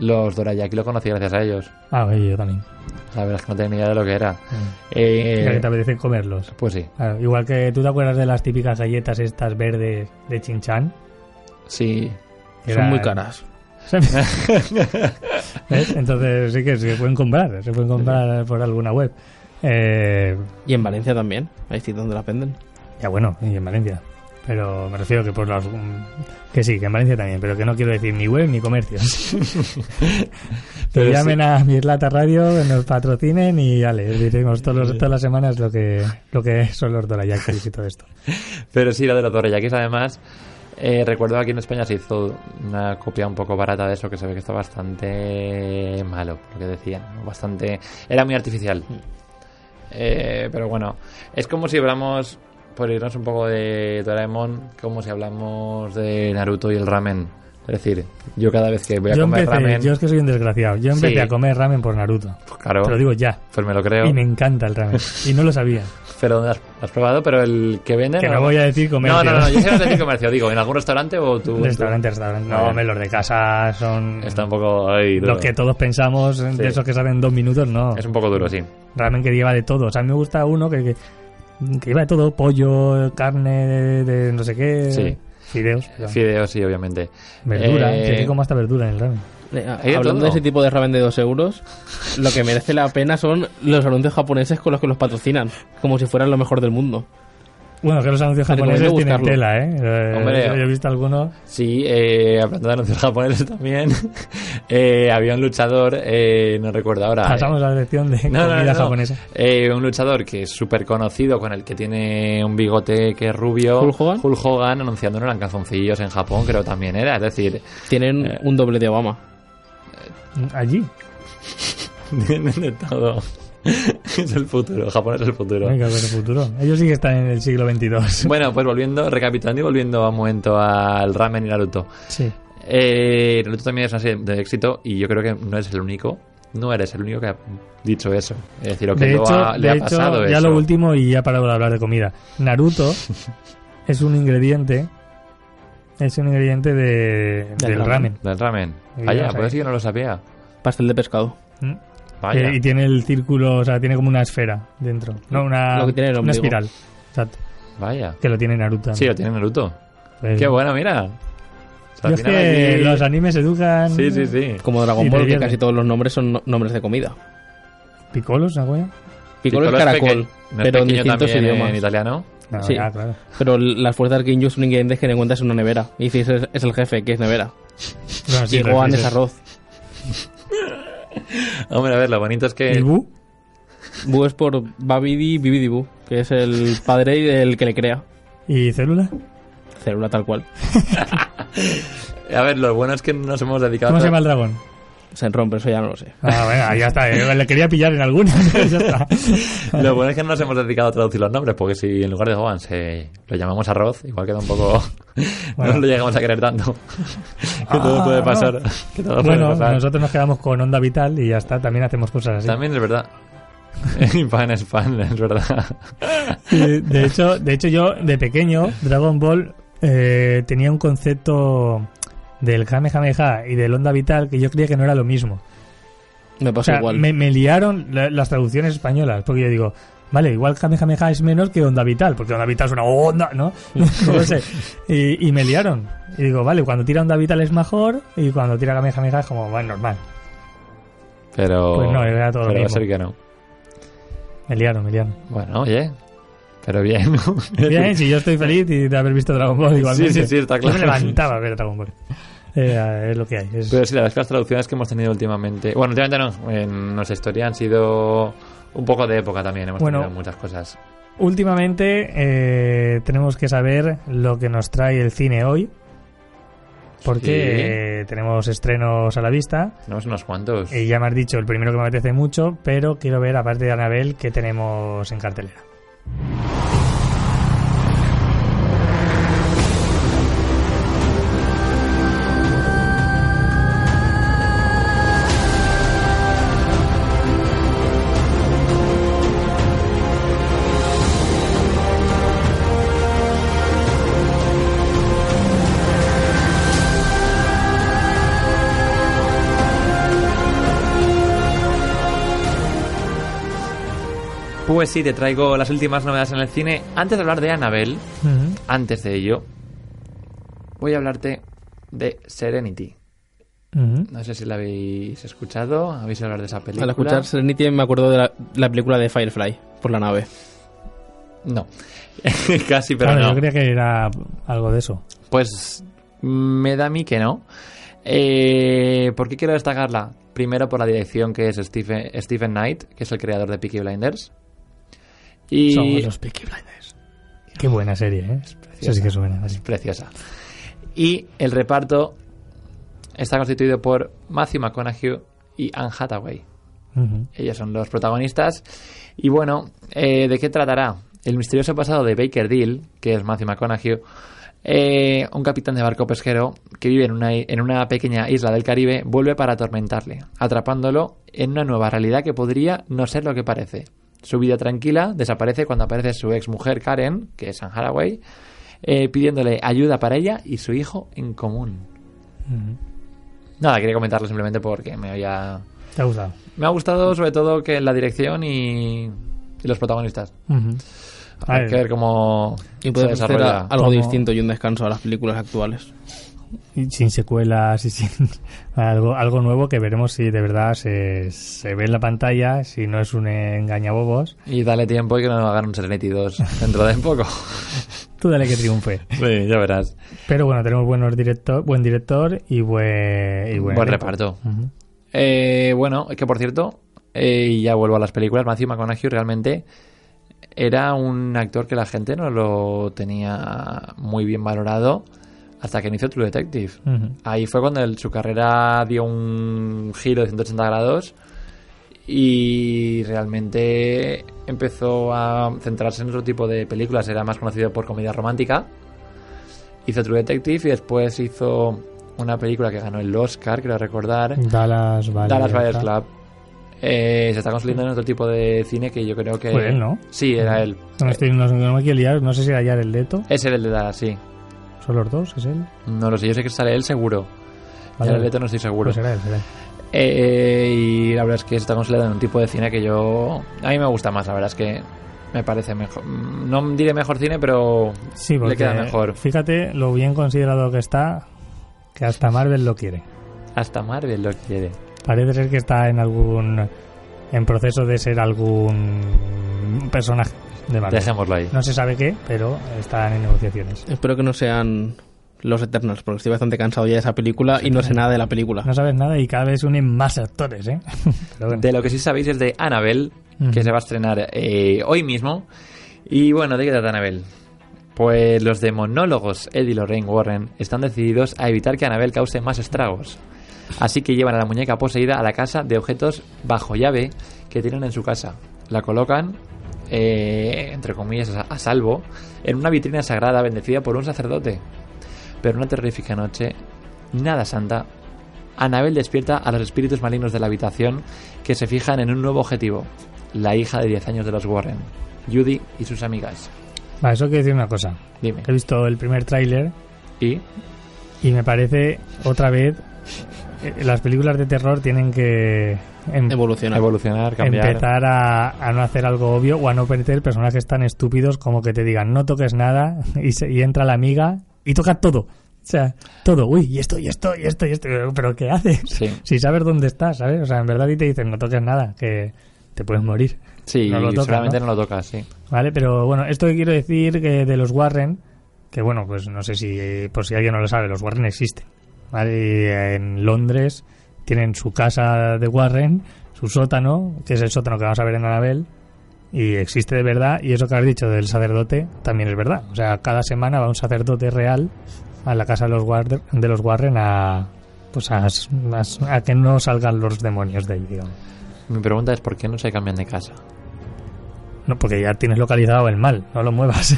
B: los Dorayaki lo conocí gracias a ellos.
A: Ah, oye, yo también.
B: La verdad es que no tenía ni idea de lo que era.
A: Mm.
B: Eh,
A: Ya que te apetecen comerlos.
B: pues sí,
A: Claro, igual que tú te acuerdas de las típicas galletas estas verdes de Chinchan.
B: sí.
C: Son muy caras.
A: ¿Ves? [laughs] Entonces sí que se pueden comprar, se pueden comprar por alguna web. Eh,
C: Y en Valencia también. Hay sitios donde las venden.
A: ya bueno, y en Valencia. Pero me refiero que por las... Que sí, que en Valencia también, pero que no quiero decir ni web ni
B: [laughs]
A: comercio. que
B: Pero
A: llamen a Mirlata Radio, que nos patrocinen y dale, diremos todos los- todas las semanas lo que, lo que son los dorayakis y todo esto.
B: Pero sí, la de los Dorayakis, además. eh, recuerdo que aquí en España se hizo una copia un poco barata de eso, que se ve que está bastante malo, lo que decían. ¿no? Bastante. Era muy artificial.
A: Mm.
B: Eh, pero bueno, es como si hablamos, por irnos un poco de Doraemon, como si hablamos de Naruto y el ramen. Es decir, yo cada vez que voy a
A: yo
B: comer
A: empecé,
B: ramen,
A: yo es que soy un desgraciado, yo empecé
B: Sí.
A: a comer ramen por Naruto.
B: pues claro,
A: Te lo digo ya.
B: pues me lo creo.
A: Y me encanta el ramen. Y no lo sabía.
B: Pero ¿dónde has, has probado, pero el que venden.
A: Que no voy a decir comercio.
B: No, no, no,
A: [laughs]
B: yo sé que vas a decir comercio, digo, en algún restaurante o tú.
A: Restaurante, restaurante. No,
B: Vale.
A: hombre, los de casa son
B: Está un poco. ay, duro.
A: los que todos pensamos, de esos que salen dos minutos, no.
B: Es un poco duro, sí.
A: Ramen que lleva de todo. O sea, a mí me gusta uno que, que, que lleva de todo, pollo, carne, de, de no sé qué,
B: Sí.
A: fideos, perdón.
B: Fideos, sí, obviamente.
A: verdura,
B: Eh,
A: que sí como hasta verdura en el ramen.
C: Eh,
B: Hay de
C: hablando
B: todo.
C: de ese tipo de ramen de 2 euros, lo que merece la pena son los anuncios japoneses con los que los patrocinan, como si fueran lo mejor del mundo.
A: Bueno, que los anuncios
C: Pero
A: japoneses
C: tenemos que
A: tienen
C: buscarlo.
A: tela, ¿eh? Eh,
B: Hombre.
A: yo, yo he visto algunos.
B: Sí, eh, hablando de anuncios [laughs] japoneses también, eh, había un luchador, eh, no recuerdo ahora.
A: Pasamos a la sección de
B: eh, no, no,
A: comida
B: no, no.
A: japonesa.
B: Eh, un luchador que es súper conocido, con el que tiene un bigote que es rubio.
C: ¿Hulk Hogan?
B: Hulk Hogan anunciándolo en calzoncillos en Japón, creo también era. Es decir, [laughs]
C: Tienen
B: Eh.
C: un doble de Obama.
A: Allí.
B: tienen de todo. [laughs] es el futuro, Japón es el futuro.
A: Venga, con el futuro. Ellos sí que están en el siglo XXII.
B: Bueno, pues volviendo, recapitulando y volviendo a un momento al ramen y Naruto.
A: Sí.
B: Eh, Naruto también es una serie de éxito y yo creo que no eres el único. No eres el único que ha dicho eso. Es decir, lo que
A: de
B: lo
A: hecho,
B: ha- le
A: de
B: ha
A: hecho,
B: pasado
A: ya
B: eso.
A: lo último y ya parado de hablar de comida.
B: [laughs]
A: Naruto es un ingrediente, es un ingrediente de, del ramen.
B: Del ramen.
A: Y ya
B: Vaya,
A: lo
B: por eso
A: sabía.
B: yo no lo sabía.
C: Pastel de pescado.
A: ¿Mm?
B: Vaya.
A: Eh, y tiene el círculo, o sea, tiene como una esfera dentro, no una,
C: Lo que tiene el
A: una
C: ombligo.
A: espiral. Exacto.
B: Vaya.
A: Que lo tiene Naruto.
B: Sí, lo tiene Naruto.
A: Pues-
B: Qué bueno, mira. O sea,
A: Yo
B: al
A: es
B: final
A: que
B: aquí-
A: los animes educan.
B: Sí, sí, sí.
C: Como
A: Y
C: Dragon
A: te
C: Ball, que
A: viene.
C: casi todos los nombres son no- nombres de comida.
A: Picolos, ¿no, coño?
C: Piccolo
B: Piccolo
C: es
B: es
C: caracol,
B: peque- no es
C: pero en
B: pequeño
C: distintos
B: también eh.
C: idiomas.
B: en
C: [laughs]
B: italiano.
A: No,
C: Sí.
A: ya, claro.
C: Pero l- las fuerzas Ginyu son ingredientes que no encuentras en una nevera. Y dices, es, es el jefe, que es nevera.
A: Bueno, Ah, sí,
C: y
A: lo
C: Gohan
A: dices.
C: es arroz.
B: Hombre, a ver, lo bonito es
A: ¿Y
B: que...
A: Bu?
C: Bu es por Babidi Bibidibu, que es el padre del que le crea.
A: ¿Y célula?
C: Célula tal cual.
B: A ver, lo bueno es que nos hemos dedicado...
A: ¿Cómo
B: a-
A: se llama el dragón?
C: Se rompe, eso ya no lo sé.
A: Ah, venga, ya está. eh, Le quería pillar en alguna. [laughs] ya está. [laughs]
B: Lo bueno es que no nos hemos dedicado a traducir los nombres, porque si en lugar de Hogan se lo llamamos arroz, igual queda un poco. [laughs]
A: Bueno.
B: No lo llegamos a
A: [laughs]
B: querer tanto. que todo
A: Ah,
B: puede
A: no.
B: pasar. Que todo
A: Bueno,
B: puede pasar.
A: nosotros nos quedamos con Onda Vital y ya está, también hacemos cosas así.
B: También es verdad. [laughs] Y pan es pan, es verdad.
A: Y, De hecho, de hecho yo de pequeño, Dragon Ball eh, tenía un concepto del Kamehameha y del Onda Vital que yo creía que no era lo mismo.
C: Me
A: O
C: pasa
A: sea,
C: igual.
A: me, me liaron la- las traducciones españolas, porque yo digo, Vale, igual Kamehameha es menos que Onda Vital, porque Onda Vital es una onda, ¿no? [laughs] no lo sé. Y, y me liaron. Y digo, vale, cuando tira Onda Vital es mejor y cuando tira Kamehameha es como, bueno, normal.
B: Pero.
A: Pues no, era todo lo
B: Oh, pero va
A: mismo.
B: a ser que no.
A: Me liaron, me liaron.
B: Bueno, oye. Pero bien, [laughs] ¿no?
A: Bien, eh, si yo estoy feliz y de haber visto Dragon Ball igualmente.
B: Sí, sí, sí, está claro.
A: Yo me levantaba a ver Dragon Ball. Eh, es lo que hay. es-
B: Pero sí, la verdad es que las traducciones que hemos tenido últimamente. Bueno, últimamente no. En nuestra historia han sido un poco de época también. Hemos
A: Bueno.
B: tenido muchas cosas.
A: Últimamente eh, tenemos que saber lo que nos trae el cine hoy. Porque
B: Sí.
A: eh, tenemos estrenos a la vista.
B: Tenemos unos cuantos.
A: Y ya me has dicho el primero que me apetece mucho, pero quiero ver, aparte de Anabel, qué tenemos en cartelera.
B: Pues sí, te traigo las últimas novedades en el cine. Antes de hablar de Annabelle, antes de ello, voy a hablarte de Serenity.
A: Ujú.
B: No sé si la habéis escuchado, habéis hablado de esa película.
C: Al escuchar Serenity me acuerdo de la, la película de Firefly, por la nave.
B: No, [laughs] casi, pero
A: Claro,
B: no.
A: yo creía que era algo de eso.
B: Pues me da a mí que no. Eh, ¿Por qué quiero destacarla? Primero por la dirección que es Stephen, Stephen Knight, que es el creador de Peaky Blinders. Y
A: Somos los Peaky Blinders. Qué buena serie, ¿eh? Eso sí que es buena.
B: Es preciosa. Y el reparto está constituido por Matthew McConaughey y Anne Hathaway.
A: Ujú.
B: Ellos son los protagonistas. Y bueno, eh, ¿de qué tratará? El misterioso pasado de Baker Deal, que es Matthew McConaughey, eh, un capitán de barco pesquero que vive en una, i- en una pequeña isla del Caribe, vuelve para atormentarle, atrapándolo en una nueva realidad que podría no ser lo que parece. Su vida tranquila desaparece cuando aparece su ex mujer Karen, que es Anne Haraway, eh, pidiéndole ayuda para ella y su hijo en común.
A: Ujú.
B: Nada, quería comentarlo simplemente porque me había
A: ¿Te ha gustado?
B: me ha gustado sobre todo que la dirección y, y los protagonistas.
A: Ujú. A
B: Hay
A: ver.
B: que ver cómo
C: Y
B: se
C: puede hacer
B: desarrolla.
C: a- algo
A: Como-
C: distinto y un descanso a las películas actuales.
A: Y sin secuelas y sin [laughs] algo, algo nuevo que veremos si de verdad se, se ve en la pantalla, si no es un engañabobos.
B: Y dale tiempo y que no hagan un Serenity 2 dentro
A: [laughs]
B: de poco.
A: Tú dale que triunfe.
B: sí, ya verás.
A: Pero bueno, tenemos buenos director, buen director y buen, y
B: Buen
A: elenco.
B: reparto.
A: Ujú.
B: Eh, bueno, que por cierto, eh, y ya vuelvo a las películas, Matthew McConaughey realmente era un actor que la gente no lo tenía muy bien valorado hasta que inició True Detective.
A: Ujú.
B: Ahí fue cuando él- su carrera dio un giro de 180 grados y realmente empezó a centrarse en otro tipo de películas. Era más conocido por comedia romántica. Hizo True Detective y después hizo una película que ganó el Oscar, creo recordar.
A: Dallas Buyers
B: Dallas Buyers Club. Eh, se está consolidando en otro tipo de cine que yo creo que...
A: Fue él, ¿no?
B: Sí, era él.
A: No, estoy, no, no me quiero liar, no sé si era Jared Leto,
B: Es él el de Dallas, sí.
A: son los dos, es él.
B: No lo sé, yo sé que sale él seguro.
A: Vale.
B: Ya el Leto no estoy seguro.
A: Pues será él, será él.
B: Eh, y la verdad es que está considerado en un tipo de cine que yo. A mí me gusta más, la verdad es que me parece mejor. Mm, No diré mejor cine, pero
A: Sí, porque
B: le queda mejor.
A: fíjate lo bien considerado que está, que hasta Marvel lo quiere.
B: Hasta Marvel lo quiere.
A: Parece ser que está en algún. en proceso de ser algún. personaje de Marvel.
B: Dejémoslo ahí.
A: No se sabe qué, pero están en negociaciones.
C: Espero que no sean los Eternals, porque estoy bastante cansado ya de esa película y no sé nada de la película.
A: No sabes nada y cada vez unen más actores, ¿eh? [laughs] Pero bueno.
B: De lo que sí sabéis es de Annabelle,
A: Ujú.
B: que se va a estrenar eh, hoy mismo. Y bueno, ¿de qué trata Annabelle? Pues los demonólogos Ed y Lorraine Warren están decididos a evitar que Annabelle cause más estragos. Así que llevan a la muñeca poseída a la casa de objetos bajo llave que tienen en su casa. La colocan, eh, entre comillas, a, a salvo, en una vitrina sagrada bendecida por un sacerdote. Pero una terrorífica noche, nada santa, Anabel despierta a los espíritus malignos de la habitación que se fijan en un nuevo objetivo, la hija de 10 años de los Warren, Judy y sus amigas.
A: Vale, eso quiero decir una cosa.
B: Dime.
A: He visto el primer tráiler
B: Y
A: y me parece otra vez eh, las películas de terror tienen que em-
C: Evolucionar.
B: Evolucionar, cambiar.
A: empezar a, a no hacer algo obvio o a no perder personajes tan estúpidos como que te digan no toques nada [laughs] y, se- y entra la amiga y toca todo. O sea, todo. Uy, y esto, y esto, y esto, y esto. ¿Pero qué haces?
B: Sí.
A: [laughs] Si sabes dónde estás, ¿sabes? O sea, en verdad y te dicen no toques nada, que te puedes morir.
B: Sí,
A: No lo toca,
B: seguramente
A: ¿no?
B: ¿no? lo tocas, sí.
A: Vale, pero bueno, esto que quiero decir que de los Warren, que bueno, pues no sé si, eh, por si alguien no lo sabe, los Warren existen. ¿vale? Y, eh, en Londres tienen su casa de Warren, su sótano, que es el sótano que vamos a ver en Anabel, y existe de verdad, y eso que has dicho del sacerdote también es verdad. O sea, cada semana va un sacerdote real a la casa de los Warren, de los Warren a, pues a, a- a que no salgan los demonios de ahí, digamos.
B: Mi pregunta es: ¿por qué no se cambian de casa?
A: No, porque ya tienes localizado el mal, no lo
B: [laughs]
A: muevas.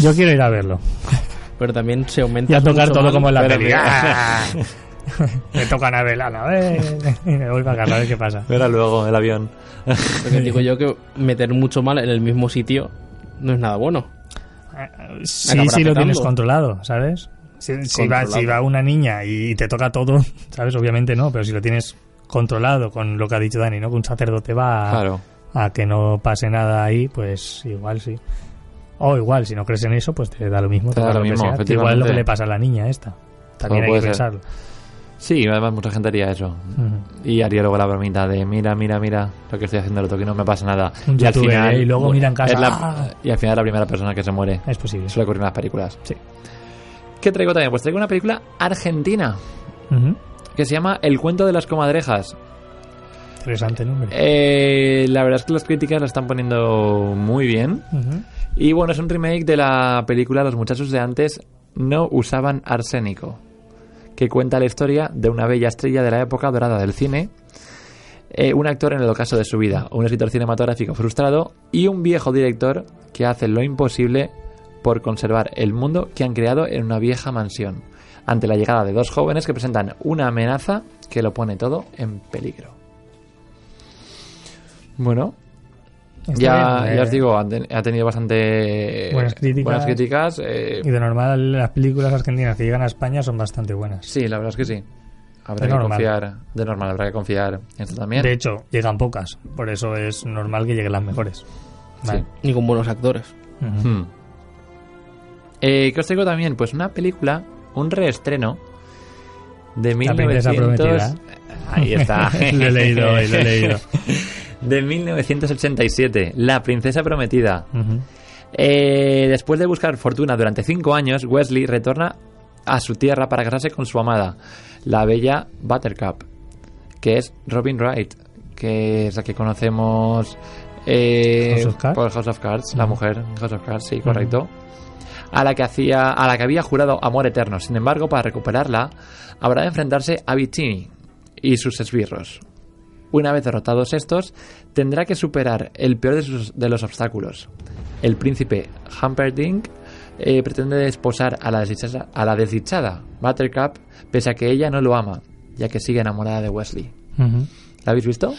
A: Yo quiero ir a verlo
C: Pero también se aumenta.
A: y a tocar
C: mucho
A: todo
C: más-
A: como en la
B: pero
A: peli. ¡Ah! [laughs] Me tocan a velana, a ver. Me Eh, voy para acá, a ver qué pasa.
B: Verá luego el avión.
C: Porque digo yo que meter mucho mal en el mismo sitio no es nada bueno.
A: Sí,
C: Acabará
A: sí lo
C: petando.
A: tienes controlado, ¿sabes? Si, si va,
C: Controlado.
A: si va una niña y te toca todo, [laughs] ¿sabes? Obviamente no, pero si lo tienes controlado con lo que ha dicho Dani, ¿no? Que un sacerdote va a,
B: Ah. Claro.
A: a que no pase nada ahí, pues igual sí. O igual, si no crees en eso, pues te da lo mismo.
B: Te da
A: toca
B: lo
A: que
B: mismo,
A: sea. Igual es lo que
B: efectivamente.
A: le pasa a la niña esta. También hay que
B: puede ser.
A: pensarlo.
B: Sí, además mucha gente haría eso.
A: Ujú.
B: Y haría luego la bromita de: mira, mira, mira, lo que estoy haciendo lo toque, no me pasa nada.
A: Un
B: y al
A: youtuber,
B: final.
A: ¿eh? Y luego mira en casa,
B: es la-
A: ¡ah!
B: y al final la primera persona que se muere.
A: Es posible.
B: Suele ocurrir en las películas.
A: Sí.
B: ¿Qué traigo también? Pues traigo una película argentina
A: Ujú.
B: que se llama El cuento de las comadrejas.
A: Interesante nombre.
B: Eh, la verdad es que las críticas la están poniendo muy bien.
A: Ujú.
B: Y bueno, es un remake de la película Los muchachos de antes no usaban arsénico, que cuenta la historia de una bella estrella de la época dorada del cine, eh, un actor en el ocaso de su vida, un escritor cinematográfico frustrado y un viejo director que hace lo imposible por conservar el mundo que han creado en una vieja mansión, ante la llegada de dos jóvenes que presentan una amenaza que lo pone todo en peligro. Bueno,
A: Está
B: ya,
A: bien,
B: ya
A: eh,
B: os digo, han ten- ha tenido bastante eh,
A: Buenas críticas.
B: buenas críticas, eh,
A: Y de normal las películas argentinas que llegan a España son bastante buenas.
B: sí, la verdad es que sí. Habrá
A: De
B: que
A: normal.
B: confiar, de normal, habrá que confiar en esto también.
A: De hecho, llegan pocas, por eso es normal que lleguen las mejores. Vale.
C: Ni con buenos actores.
A: Ujú.
B: Hmm. Eh, ¿Qué os traigo también? Pues una película, un reestreno de
A: La princesa
B: 1900... Ahí está.
A: [laughs] [laughs] Lo he leído hoy, lo he
B: [laughs]
A: leído.
B: De 1987, La princesa prometida.
A: Ujú.
B: Eh, después de buscar fortuna durante cinco años, Wesley retorna a su tierra para casarse con su amada, la bella Buttercup, que es Robin Wright, que es la que conocemos eh,
A: House of Cards.
B: por House of Cards, la
A: Ujú.
B: mujer en House of Cards, sí, correcto. A la, que hacía, a la que había jurado amor eterno. Sin embargo, para recuperarla, habrá de enfrentarse a Vicini y sus esbirros. Una vez derrotados estos, tendrá que superar el peor de, sus- de los obstáculos. El príncipe Humperdinck eh, pretende desposar a la, desdichada, a la desdichada Buttercup, pese a que ella no lo ama, ya que sigue enamorada de Wesley.
A: Ujú.
B: ¿La habéis visto?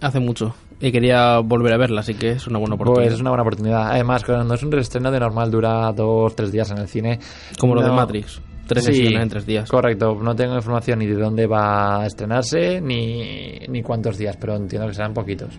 C: Hace mucho. Y quería volver a verla, así que es una buena oportunidad.
B: Pues es una buena oportunidad. Además, cuando es un reestreno de normal dura dos, tres días en el cine.
C: Como lo de
B: No-
C: Matrix. Tres
B: Sí,
C: sesiones en tres días.
B: Correcto, no tengo información ni de dónde va a estrenarse ni, ni cuántos días, pero entiendo que serán poquitos.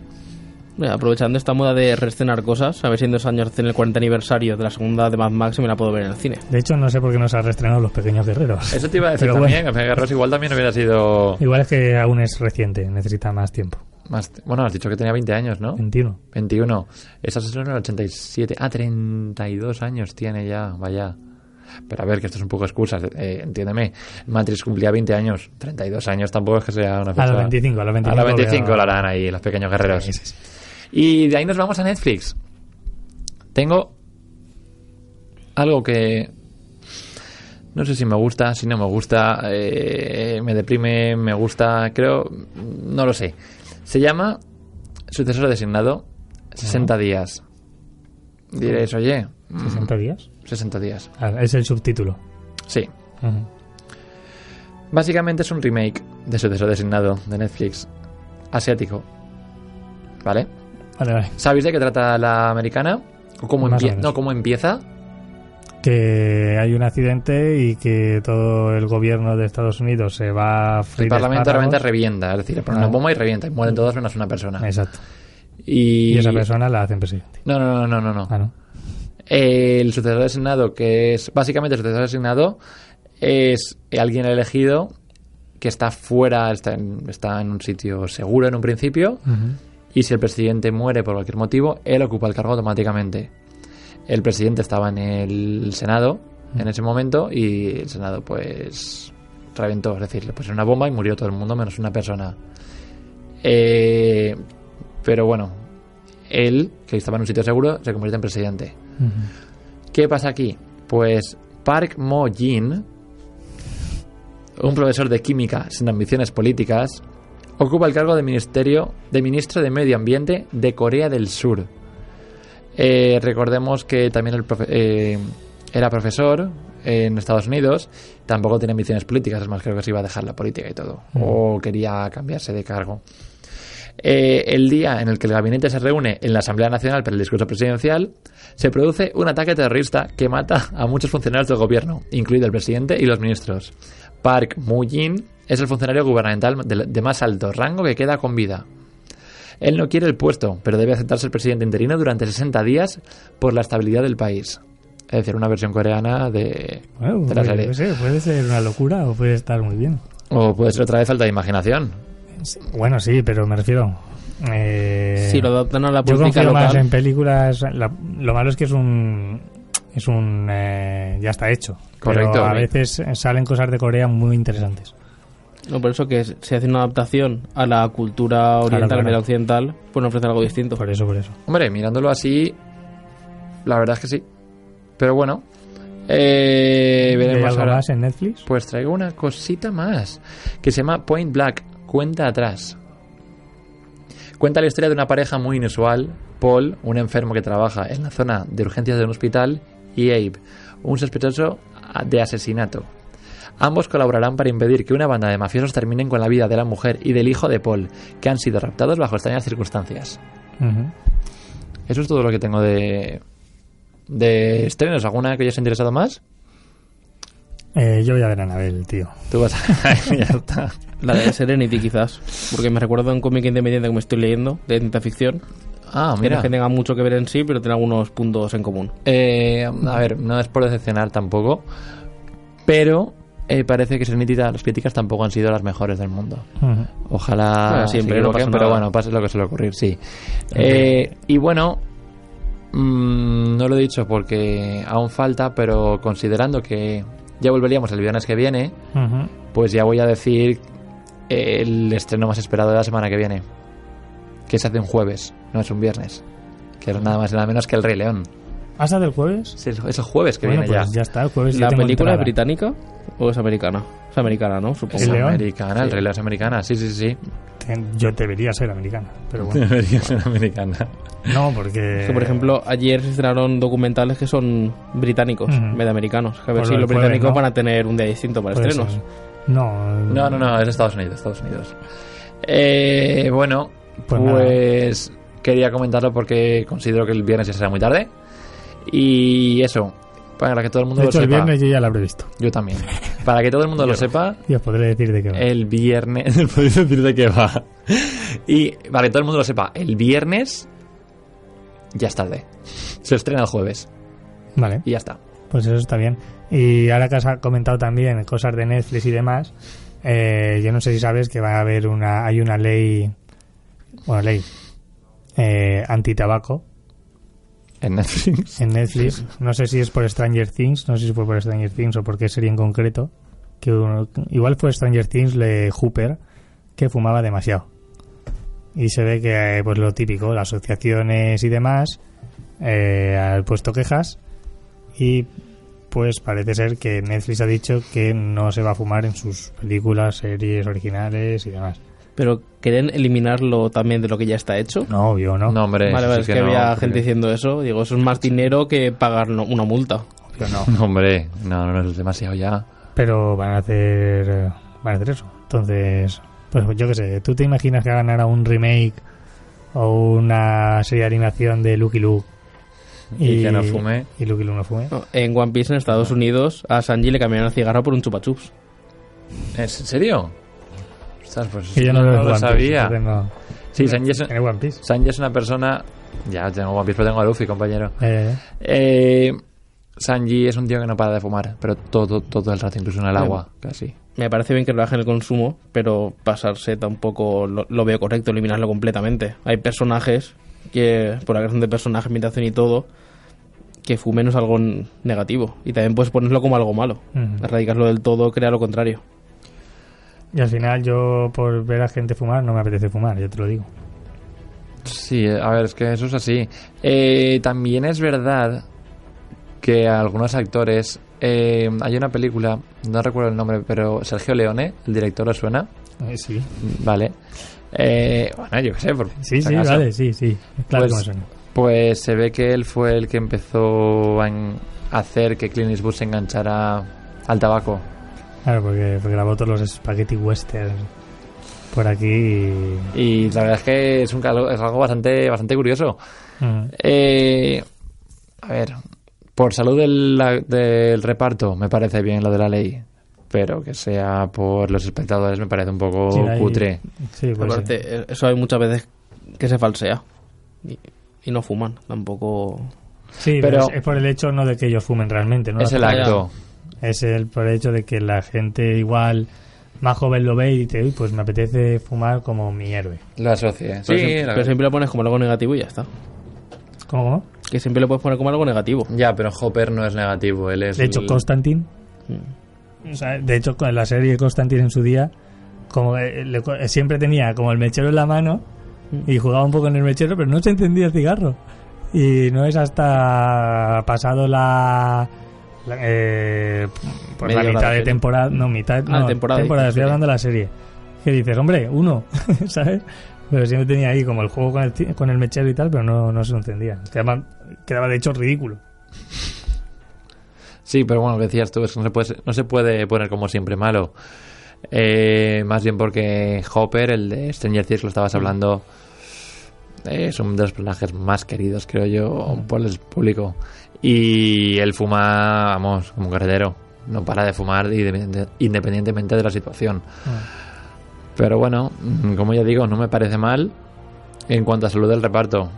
C: Mira, aprovechando esta moda de reestrenar cosas, a ver si en dos años hacen el 40 aniversario de la segunda de Mad Max y me la puedo ver en el cine.
A: De hecho, no sé por qué no se han reestrenado Los Pequeños Guerreros.
B: Eso te iba a decir
A: Pero bueno.
B: también, que Garros igual también hubiera sido
A: Igual es que aún es reciente, necesita más tiempo.
B: más... Bueno, has dicho que tenía 20 años, ¿no?
A: 21.
B: 21. Esa se estrenó en el 87. Ah, 32 años tiene ya, vaya. Pero a ver, que esto es un poco excusas, eh, entiéndeme. Matrix cumplía 20 años, 32 años tampoco es que sea una fecha...
A: A los 25, a los 25.
B: A los 25
A: veo-
B: la harán ahí, los pequeños guerreros.
A: Sí, sí, sí.
B: Y de ahí nos vamos a Netflix. Tengo algo que no sé si me gusta, si no me gusta, eh, me deprime, me gusta, creo, no lo sé. Se llama Sucesor Designado 60 días. Diréis, oye, mm,
A: 60 días.
B: 60 días.
A: Ah, es el subtítulo.
B: Sí.
A: Ujú.
B: Básicamente es un remake de Sucesor Designado de Netflix, asiático. ¿Vale?
A: Vale, vale.
B: ¿Sabéis de qué trata la americana? ¿O cómo,
A: Más o
B: empie-
A: menos.
B: no, cómo empieza?
A: que hay un accidente y que todo el gobierno de Estados Unidos se va a
B: El
A: freír
B: Parlamento
A: espárragos.
B: realmente revienta, es decir, le
A: Ah.
B: ponen una bomba y revienta, y mueren todos menos una persona.
A: Exacto.
B: Y,
A: Y esa persona la hacen presidente.
B: No, no, no, no, no. no.
A: Ah, ¿no?
B: El sucesor designado, que es básicamente el sucesor designado, es alguien elegido que está fuera, está en, está en un sitio seguro en un principio, y si el presidente muere por cualquier motivo, él ocupa el cargo automáticamente. El presidente estaba en el Senado en ese momento y el Senado pues reventó, es decir, le pusieron una bomba y murió todo el mundo menos una persona. Eh, pero bueno, él, que estaba en un sitio seguro, se convierte en presidente.
A: Ujú.
B: ¿Qué pasa aquí? Pues Park Mo Jin, un profesor de química sin ambiciones políticas, ocupa el cargo de ministerio de ministro de Medio Ambiente de Corea del Sur. Eh, recordemos que también el profe- eh, era profesor en Estados Unidos, tampoco tenía ambiciones políticas, es más, creo que se iba a dejar la política y todo, o quería cambiarse de cargo. Eh, el día en el que el gabinete se reúne en la Asamblea Nacional para el discurso presidencial, se produce un ataque terrorista que mata a muchos funcionarios del gobierno, incluido el presidente y los ministros. Park Mu-jin es el funcionario gubernamental de, de más alto rango que queda con vida. Él no quiere el puesto, pero debe aceptarse el presidente interino durante 60 días por la estabilidad del país. Es decir, una versión coreana de,
A: Bueno,
B: de la
A: pues,
B: serie.
A: yo qué sé, puede ser una locura o puede estar muy bien.
B: O puede ser otra vez falta de imaginación.
A: Bueno, sí, pero me refiero. eh,
C: Si lo adaptan a la
A: yo
C: política
A: confío más en
C: local,
A: películas. la- lo malo es que es un. Es un. eh, ya está hecho.
B: Correcto.
A: Pero a veces salen cosas de Corea muy interesantes.
C: no, por eso que se hace una adaptación a la cultura oriental,
A: claro.
C: occidental, pues nos ofrece algo distinto.
A: Por eso, por eso.
B: Hombre, mirándolo así, la verdad es que sí. Pero bueno, eh,
A: ¿Hay
B: veremos
A: algo
B: ahora.
A: más en Netflix?
B: Pues traigo una cosita más que se llama Point Black, cuenta atrás. Cuenta la historia de una pareja muy inusual, Paul, un enfermo que trabaja en la zona de urgencias de un hospital, y Abe, un sospechoso de asesinato. Ambos colaborarán para impedir que una banda de mafiosos terminen con la vida de la mujer y del hijo de Paul, que han sido raptados bajo extrañas circunstancias.
A: Ujú.
B: Eso es todo lo que tengo de, de estrenos. ¿Alguna que hayas interesado más?
A: Eh, yo voy a ver a Anabel, tío.
B: Tú vas a... ya está.
C: La de Serenity, quizás, porque me recuerda a un cómic independiente que me estoy leyendo, de ciencia ficción,
B: Ah,
C: que no
B: mira.
C: es que tenga mucho que ver en sí, pero tiene algunos puntos en común.
B: Eh, a ver, no es por decepcionar tampoco, pero eh, parece que Serenity las críticas tampoco han sido las mejores del mundo.
A: Ujú.
B: Ojalá
C: Bueno,
B: se
C: siempre, no
B: equivoquen,
C: pasa
B: pero
C: nada.
B: bueno, pase lo que suele ocurrir, sí. Eh, y bueno, mm, no lo he dicho porque aún falta, pero considerando que ya volveríamos el viernes que viene,
A: Ujú.
B: pues ya voy a decir el estreno más esperado de la semana que viene, que se hace un jueves, no es un viernes, que es nada más y nada menos que El Rey León.
A: ¿Hasta del jueves?
B: Es el, es el jueves que
A: bueno,
B: viene
A: pues
B: ya.
A: ya está. El jueves
C: ¿La
A: yo tengo
C: película es
A: entrada.
C: británica o es americana? Es americana, ¿no? Supongo.
B: Es
A: León?
B: americana, el Rey León es americana, sí, sí, sí.
A: Ten- Yo debería ser americana, pero
B: [laughs]
A: bueno.
B: Debería ser americana.
A: no, porque.
C: Es que, por ejemplo, ayer se estrenaron documentales que son británicos,
A: Ujú.
C: medamericanos. A ver
A: Por
C: si
A: lo del
C: los
A: jueves,
C: británicos
A: ¿no?
C: van a tener un día distinto para
A: puede
C: estrenos.
A: ser. No,
B: No, no, no, es Estados Unidos, Estados Unidos. Eh, bueno,
A: Pues
B: pues,
A: nada.
B: quería comentarlo porque considero que el viernes ya será muy tarde. Y eso, para que todo el mundo
A: De
B: lo
A: hecho, el
B: sepa.
A: viernes yo ya la habré visto.
B: Yo también. Para que todo el
A: [laughs]
B: mundo lo sepa,
A: Y os podré decir de qué va.
B: el viernes. [laughs] Podéis decir de qué va. Y para que todo el mundo lo sepa, el viernes ya es tarde. Se estrena el jueves
A: Vale,
B: y ya está.
A: pues eso está bien. Y ahora que has comentado también cosas de Netflix y demás, eh, yo no sé si sabes que va a haber una. Hay una ley. Bueno, ley. Eh, antitabaco
B: En Netflix.
A: en Netflix. No sé si es por Stranger Things, no sé si fue por Stranger Things o por qué serie en concreto. Que uno- igual fue Stranger Things le Hooper que fumaba demasiado. Y se ve que, eh, pues lo típico, las asociaciones y demás eh, han puesto quejas y pues parece ser que Netflix ha dicho que no se va a fumar en sus películas, series originales y demás.
C: Pero quieren eliminarlo también de lo que ya está hecho.
A: No, obvio, ¿no?
B: No, hombre.
C: vale, vale, es
B: eso
C: que,
B: sí no,
C: había
B: porque-
C: gente diciendo eso. Digo, eso es más dinero que pagar no- una multa.
A: obvio no.
B: No, hombre, no, no, no, es demasiado ya.
A: pero van a hacer eh, van a hacer eso entonces pues yo qué sé tú te imaginas que hagan ahora un remake o una serie de animación de Lucky Luke
B: Y que no fume.
A: Y Luke no fume.
C: No, en One Piece en Estados Unidos a Sanji le cambiaron el cigarro por un chupa chups.
B: ¿Es- ¿En serio? Ostras, pues
A: Que yo no, veo One
B: lo
A: Piece,
B: sabía.
A: yo tengo-
B: Sí, Sanji es,
A: en el One Piece.
B: Sanji es una persona... Ya, tengo One Piece, pero tengo a Luffy, compañero.
A: Eh,
B: Eh, Sanji es un tío que no para de fumar, pero todo, todo el rato, incluso en el agua, casi.
C: Me parece bien que bajen el consumo, pero pasarse tampoco lo, lo veo correcto, eliminarlo completamente. Hay personajes que, por la creación de personajes, imitación y todo, que fumen es algo n- negativo. Y también puedes ponerlo como algo malo.
A: Ujú.
C: Erradicarlo del todo crea lo contrario.
A: y al final yo por ver a gente fumar no me apetece fumar, yo te lo digo.
B: Sí, eh, a ver, es que eso es así. Eh, también es verdad que algunos actores... eh, hay una película, no recuerdo el nombre, pero Sergio Leone, el director, ¿os suena?
A: Eh, sí,
B: Vale. Eh, bueno, yo qué sé. Por,
A: sí,
B: si
A: sí,
B: acaso.
A: vale, sí, sí. Claro
B: Pues-
A: que me suena.
B: Pues se ve que él fue el que empezó a en- hacer que Clint Eastwood se enganchara al tabaco.
A: Claro, porque porque grabó todos los Spaghetti Western por aquí. y-
B: Y la verdad es que es, un, calo- es algo bastante, bastante curioso.
A: Ujú.
B: Eh, a ver, por salud del, la- del reparto me parece bien lo de la ley. Pero que sea por los espectadores me parece un poco
A: Sí, ahí-
B: cutre.
A: Sí, pues sí.
C: Aparte, eh, eso hay muchas veces que se falsea. Y, y no fuman, tampoco.
A: Sí,
B: pero-
A: pero es, es por el hecho no de que ellos fumen realmente, ¿no?
B: Es el
C: Ah, ya.
B: acto.
A: Es el por el hecho de que la gente igual más joven lo ve y dice, uy, pues me apetece fumar como mi héroe.
B: Lo asocia.
C: Pero, siem-
B: Sí, la-
C: pero siempre lo pones como algo negativo y ya está.
A: ¿Cómo?
C: Que siempre lo puedes poner como algo negativo.
B: ya, pero Hopper no es negativo. Él es
A: De hecho,
B: el-
A: Constantine,
C: Mm.
A: o sea, de hecho, con la serie Constantine en su día, como eh, le co- eh, siempre tenía como el mechero en la mano
C: Mm.
A: y jugaba un poco en el mechero, pero no se encendía el cigarro. Y no es hasta pasado la. la- eh, pues la
C: Media hora
A: mitad
C: de
A: de
C: serie.
A: temporada. No, mitad.
C: Ah,
A: no,
C: temporada, dices,
A: estoy
C: serie.
A: hablando de la serie. Que dices, hombre, uno, [laughs] ¿sabes? Pero siempre tenía ahí como el juego con el, ti- con el mechero y tal, pero no, no se encendía. Quedaba, quedaba de hecho ridículo.
B: Sí, pero bueno, lo que decías tú, es que no se puede, no se puede poner como siempre malo. Eh, más bien porque Hopper, el de Stranger Things, lo estabas hablando, eh, es uno de los personajes más queridos, creo yo, por el público. Y él fuma, vamos, como un carretero. No para de fumar independiente- independientemente de la situación.
C: Ah.
B: Pero bueno, mm, como ya digo, no me parece mal en cuanto a salud del reparto.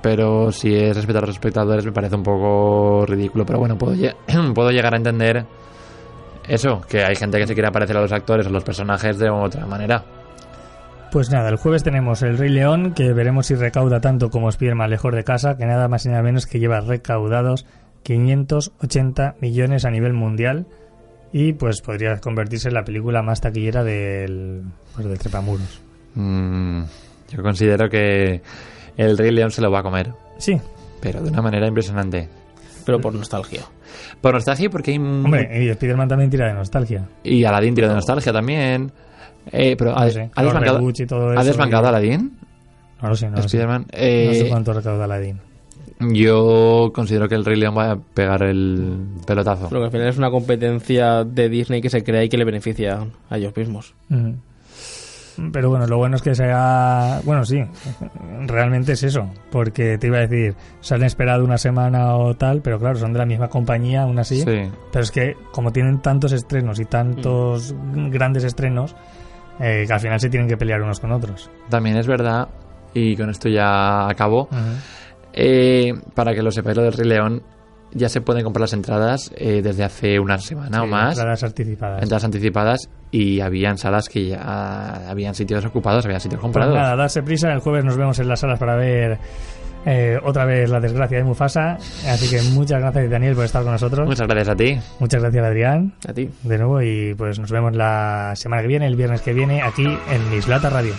B: Pero si es respetar a los espectadores me parece un poco ridículo. Pero bueno, puedo, lle- [clears throat] puedo llegar a entender eso, que hay gente que se quiere parecer a los actores o los personajes de otra manera.
A: Pues nada, el jueves tenemos El Rey León, que veremos si recauda tanto como Spiderman Lejos de Casa, que nada más y nada menos que lleva recaudados 580 millones a nivel mundial y pues podría convertirse en la película más taquillera del, pues, del Trepamuros.
B: Mm, yo considero que el Rey León se lo va a comer,
A: Sí,
B: pero de una manera impresionante.
C: Pero por nostalgia.
B: Por nostalgia, porque hay. mu-
A: hombre, y Spiderman también tira de nostalgia.
B: Y Aladdin tira de nostalgia también. Eh, pero ha,
A: No sé,
B: ha
A: los
B: desbancado,
A: reboots y todo
B: ¿ha
A: eso,
B: desbancado
A: y-
B: a Aladdin.
A: No lo sé, no lo sé.
B: Spiderman.
A: No sé
B: Eh,
A: cuánto recauda Aladdin.
B: Yo considero que el Rey León va a pegar el pelotazo.
C: Pero que al final es una competencia de Disney que se crea y que le beneficia a ellos mismos.
A: Ujú. Mm. Pero bueno, lo bueno es que sea. Bueno, sí, realmente es eso. Porque te iba a decir, se han esperado una semana o tal, pero claro, son de la misma compañía, aún así. Pero es que, como tienen tantos estrenos y tantos
B: Mm.
A: grandes estrenos, eh, que al final se tienen que pelear unos con otros.
B: También es verdad, y con esto ya acabo,
A: Mm.
B: eh, para que lo sepáis lo del Rey León, ya se pueden comprar las entradas eh, desde hace una semana o
A: Sí,
B: más,
A: entradas anticipadas.
B: entradas anticipadas, y habían salas que ya habían sitios ocupados, habían sitios
A: Pues
B: comprados.
A: nada, darse prisa. El jueves nos vemos en las salas para ver eh, otra vez la desgracia de Mufasa. Así que muchas gracias, Daniel, por estar con nosotros.
B: Muchas gracias a ti.
A: Muchas gracias, Adrián.
C: A ti.
A: de nuevo y pues nos vemos la semana que viene, el viernes que viene, aquí en Mislata Radio.